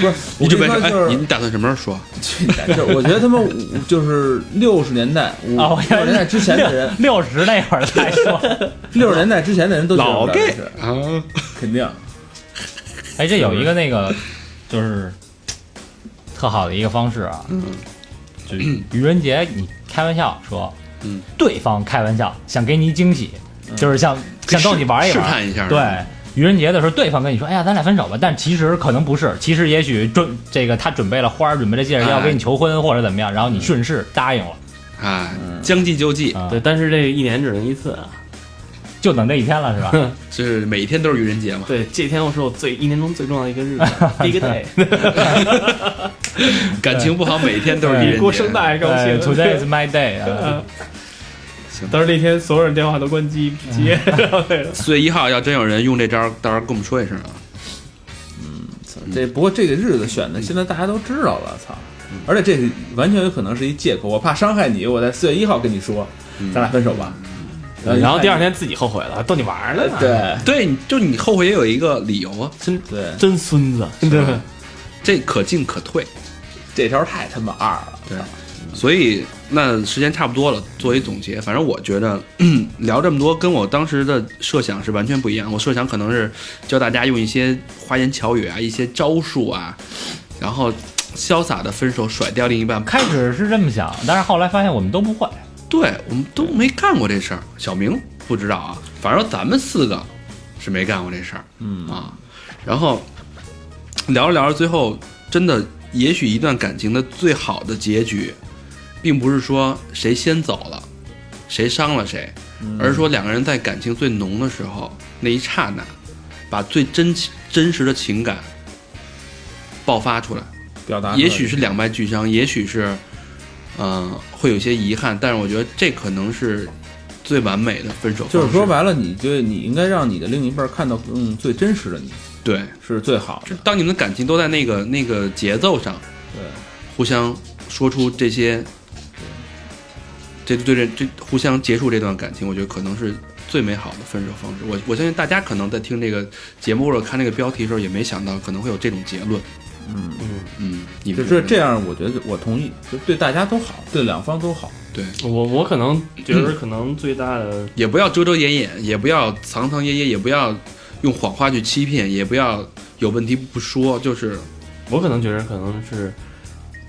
不是，
你准备
我跟
哎
你说，
你
就是
你打算什么时候说？
去你大爷，就是我觉得他们五就是六十年代、五
啊？我
六十年代之前的人，
六十那会儿再说。
六十年代之前的人都接受不
老
了
gay
这事
啊，
肯定。
哎，这有一个那个就是特好的一个方式啊，
嗯
就愚人节你开玩笑说，
嗯，
对方开玩笑想给你一惊喜，就是想想逗你玩一
试
玩，
探一下。
对。愚人节的时候，对方跟你说：“哎呀，咱俩分手吧。”但其实可能不是，其实也许准这个他准备了花儿，准备了戒指，
哎
要跟你求婚或者怎么样，
嗯
然后你顺势答应了，
啊，将计就计，
啊
对，但是这一年只能一次啊。
就等那一天 了，是吧？
就是每天都是愚人节嘛。
对，这天我是我最一年中最重要的一个日子，big day，
感情不好，每天都是愚人
比
节。
过圣诞还高兴。
对呃 ，Today is my day
嗯
啊。
但是那天所有人电话都关机，不接。
四月一号要真有人用这招，到时候跟我们说一声啊。
这不过这个日子选的，现在大家都知道了，操！而且这完全有可能是一借口，我怕伤害你，我在四月一号跟你说，咱俩分手吧。嗯
然后第二，天自己后悔了，逗你玩儿呢。
对
对，你就你后悔也有一个理由啊，
真
对，
真孙子，对吧。
这可进可退。
这条太他妈二了，
对，所以那时间差不多了，作为总结，反正我觉得咳聊这么多，跟我当时的设想是完全不一样。我设想可能是教大家用一些花言巧语啊，一些招数啊，然后嘖潇洒的分手，甩掉另一半。
开始是这么想，但是后来发现我们都不会。
对我们都没干过这事儿，小明不知道啊，反正咱们四个是没干过这事儿，嗯啊，然后聊着聊着，最后真的，也许一段感情的最好的结局，并不是说谁先走了，谁伤了谁，而是说两个人在感情最浓的时候那一刹那，把最真真实的情感爆发出来。
表达出来
也许是两败俱伤，也许是，嗯、会有些遗憾，但是我觉得这可能是最完美的分手方式。
就是说白了，你就你应该让你的另一半看到嗯最真实的你
对，
是最好
就
的，
当你们的感情都在那个那个节奏上，
对，
互相说出这些，这对这这互相结束这段感情，我觉得可能是最美好的分手方式。我我相信大家可能在听这个节目或者看这个标题的时候，也没想到可能会有这种结论。
嗯，
嗯，你
就
们
是这样，我觉得我同意，就对大家都好，对两方都好。
对，
我我可能觉得可能最大的
也不要遮遮掩掩，也不要藏藏掖掖，也不要用谎话去欺骗，也不要有问题不说， 就是
我可能觉得可能是，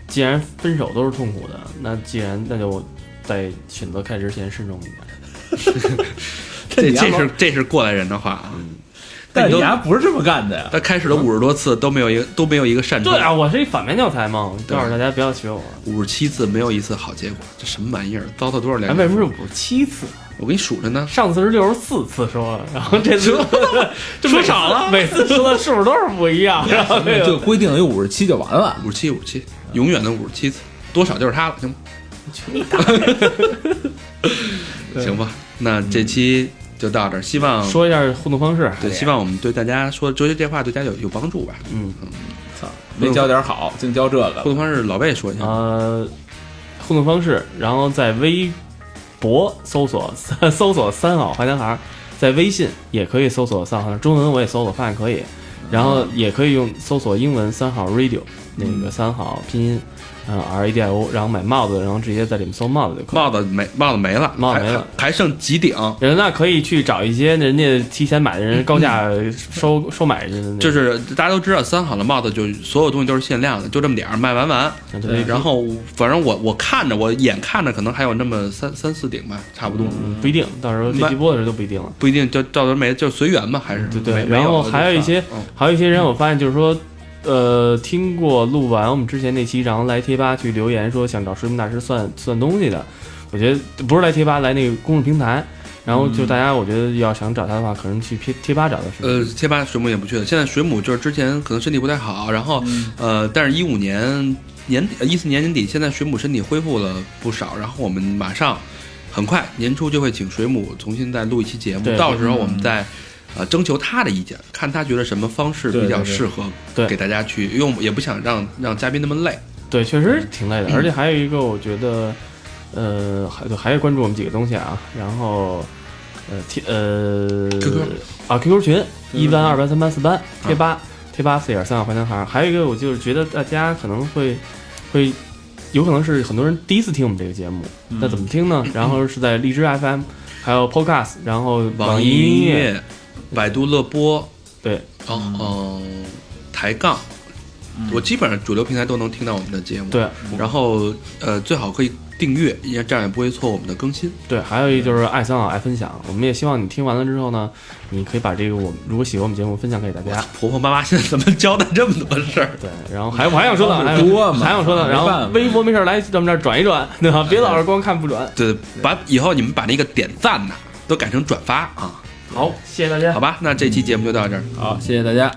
既然分手都是痛苦的，那既然那就在选择开始之前慎重一点。
这
你丫
这
老
是这是过来人的话啊。
嗯
但你
你都
丫不是这么干的呀？
他开始了五十多次都没有一个都没有一个善终
对，啊，我是一反面教材嘛，
对
告诉大家不要学我。
五十七次没有一次好结果，这什么玩意儿？糟蹋多少
哎，
良
为
人？
什么是五十七次？
我给你数着呢。
上次是六十四次说了，然后这次 这说少了，每次说的数都是不一 样。然后那
就
个
规定有五十七就完了。
五十七，五十七，永远的五十七次，多少就是他 了，行吗？行吧，那这期就到这儿，希望
嗯说一下互动方式，
嗯对，希望我们对大家说这些这话对大家有有帮助吧。
嗯，
操，
嗯
没教点好，净教这
互
个。
动方式老魏说一下，
呃，互动方式，然后在微博搜索 搜索“三好坏男孩”，在微信也可以搜索“三好”，中文我也搜索，发现可以，然后也可以用搜索英文“三好 radio”，那个“三好”拼音，嗯，R A D I O，然后买帽子，然后直接在里面搜帽子就可以。
帽子没帽子没了，
帽子没了嗯
还，还剩几顶。
人那可以去找一些人家提前买的人高价收收买人家的那个，
嗯就是大家都知道，三好的帽子就所有东西都是限量的，就这么点儿，卖完完。
对对
然后反正我我看着，我眼看着可能还有那么三三四顶吧，差不多，
嗯不一定，到时候这
买
期播的时候就不一定了。
不一定就到时候没就随缘吧，还是
对对
没没
然后
了就
还有一
算了
些
嗯
还有一些人，我发现就是说，呃，听过录完我们之前那期，然后来贴吧去留言说想找水母大师算算东西的，我觉得不是来贴吧，来那个公众平台。然后就大家，我觉得要想找他的话，可能去贴贴吧找他是。
呃，贴吧水母也不去了。现在水母就是之前可能身体不太好，然后、呃，但是一五年年底，一四年年底，现在水母身体恢复了不少，然后我们马上很快年初就会请水母重新再录一期节目，
对
到时候我们再。呃，征求他的意见，看他觉得什么方式比
对
较
对对
适合
对
给大家去，因为我们也不想让让嘉宾那么累。
对，确实挺累的，而且还有一个，我觉得，呃，还对还是关注我们几个东西啊。然后，呃，贴呃
QQ
啊，QQ 群啊一班、二班、三班、四班，贴吧、贴吧四点三号坏男孩儿。还有一个，我就是觉得大家可能会会有可能是很多人第一次听我们这个节目，那怎么听 呢？然后是在荔枝 FM，还有 Podcast，然后
网
易
易
音
音，乐、百度乐播，
对，
然后、呃、抬杠，我基本上主流平台都能听到我们的节目。
对
然后呃，最好可以订阅，因为这样也不会错过我们的更新。
对，还有一就是爱三好爱分享，我们也希望你听完了之后呢，你可以把这个我们如果喜欢我们节目分享给大家。
哎婆婆妈妈现在怎么交代这么多事儿？
对，然后还我还想说呢，
很
还想
多嘛
还想说呢，
没
然
办
后
法
微博没事儿来咱们这儿转一转，对吧？别老是光看不转。
对，把以后你们把那个点赞呐、都改成转发啊，
好，谢谢大家
好。吧？那这期节目就到这儿。
好，谢谢大家。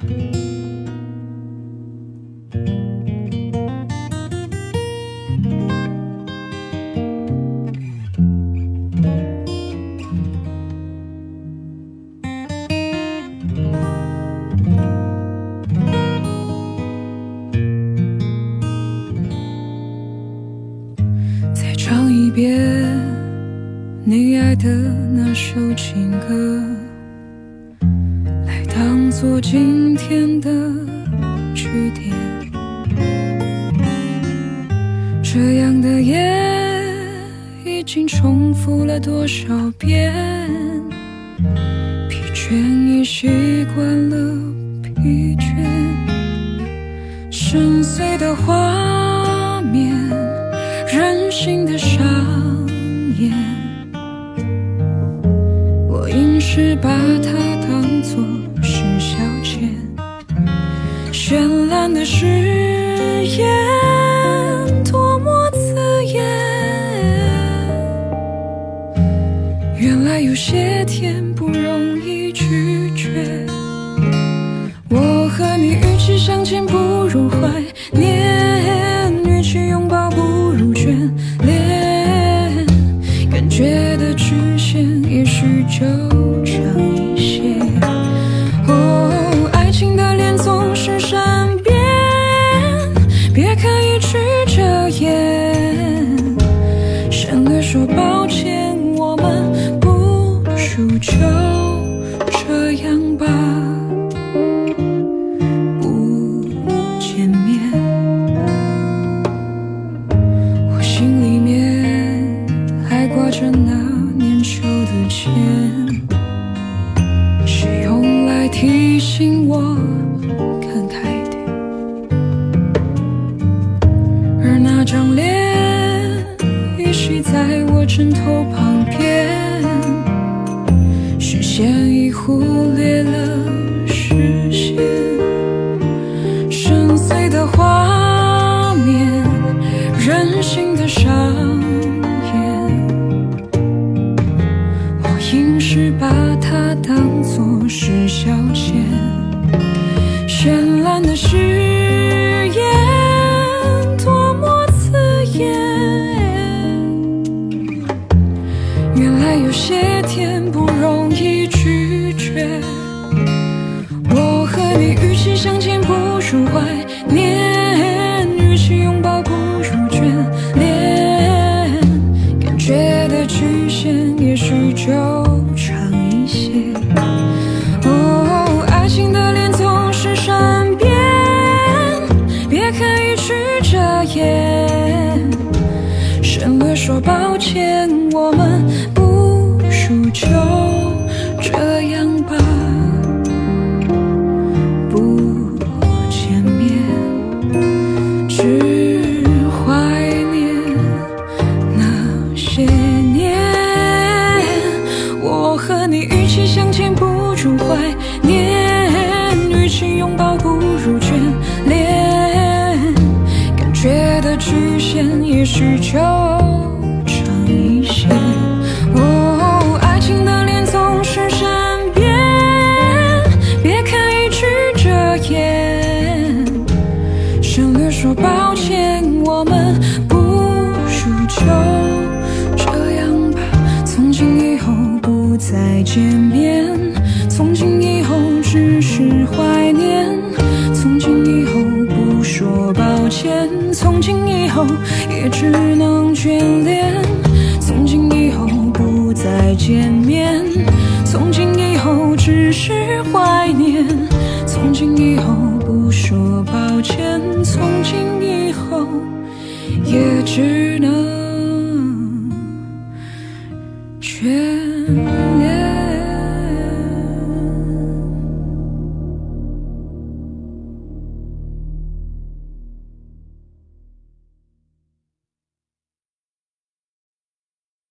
再唱一遍你爱的那首情歌，来当做今天的句点。这样的夜已经重复了多少遍，疲倦已习惯了疲倦，深邃的画面。任性的上演。我硬是把它当作是消遣，绚烂的誓言多么刺眼。原来有些天不容易拒绝。我和你与其相见不如怀念，与其拥抱不如眷恋。感觉的直线也许就长一些。哦，爱情的脸总是善变，别刻意去遮掩。省略说抱歉，我们不如就这样吧。不见面。提醒我看开点。而那张脸依稀在我枕头旁边，视线已忽略了视线，深邃的画面，任性的上演，我硬是把它当作是消遣。绚烂的誓言多么刺眼。原来有些天不容易拒绝。我和你与其相见不如怀念，与其拥抱不如眷恋。感觉的局限也许就长一些。哦，爱情的脸总是善变，别刻意去遮掩。省略说抱歉，我们不如就这样吧，不见面，只怀念那些年。我和你与其相见不如怀念，与其拥抱不如眷恋。感觉的局限也许就长一些。哦，爱情的脸总是善变，别刻意去遮掩。省略说抱歉，我们不如就这样吧。从今以后不再见面，从今以后只是怀念，从今以后不说抱歉，从今以后也只能眷恋，从今以后不再见面，从今以后只是怀念，从今以后不说抱歉，从今以后也只能。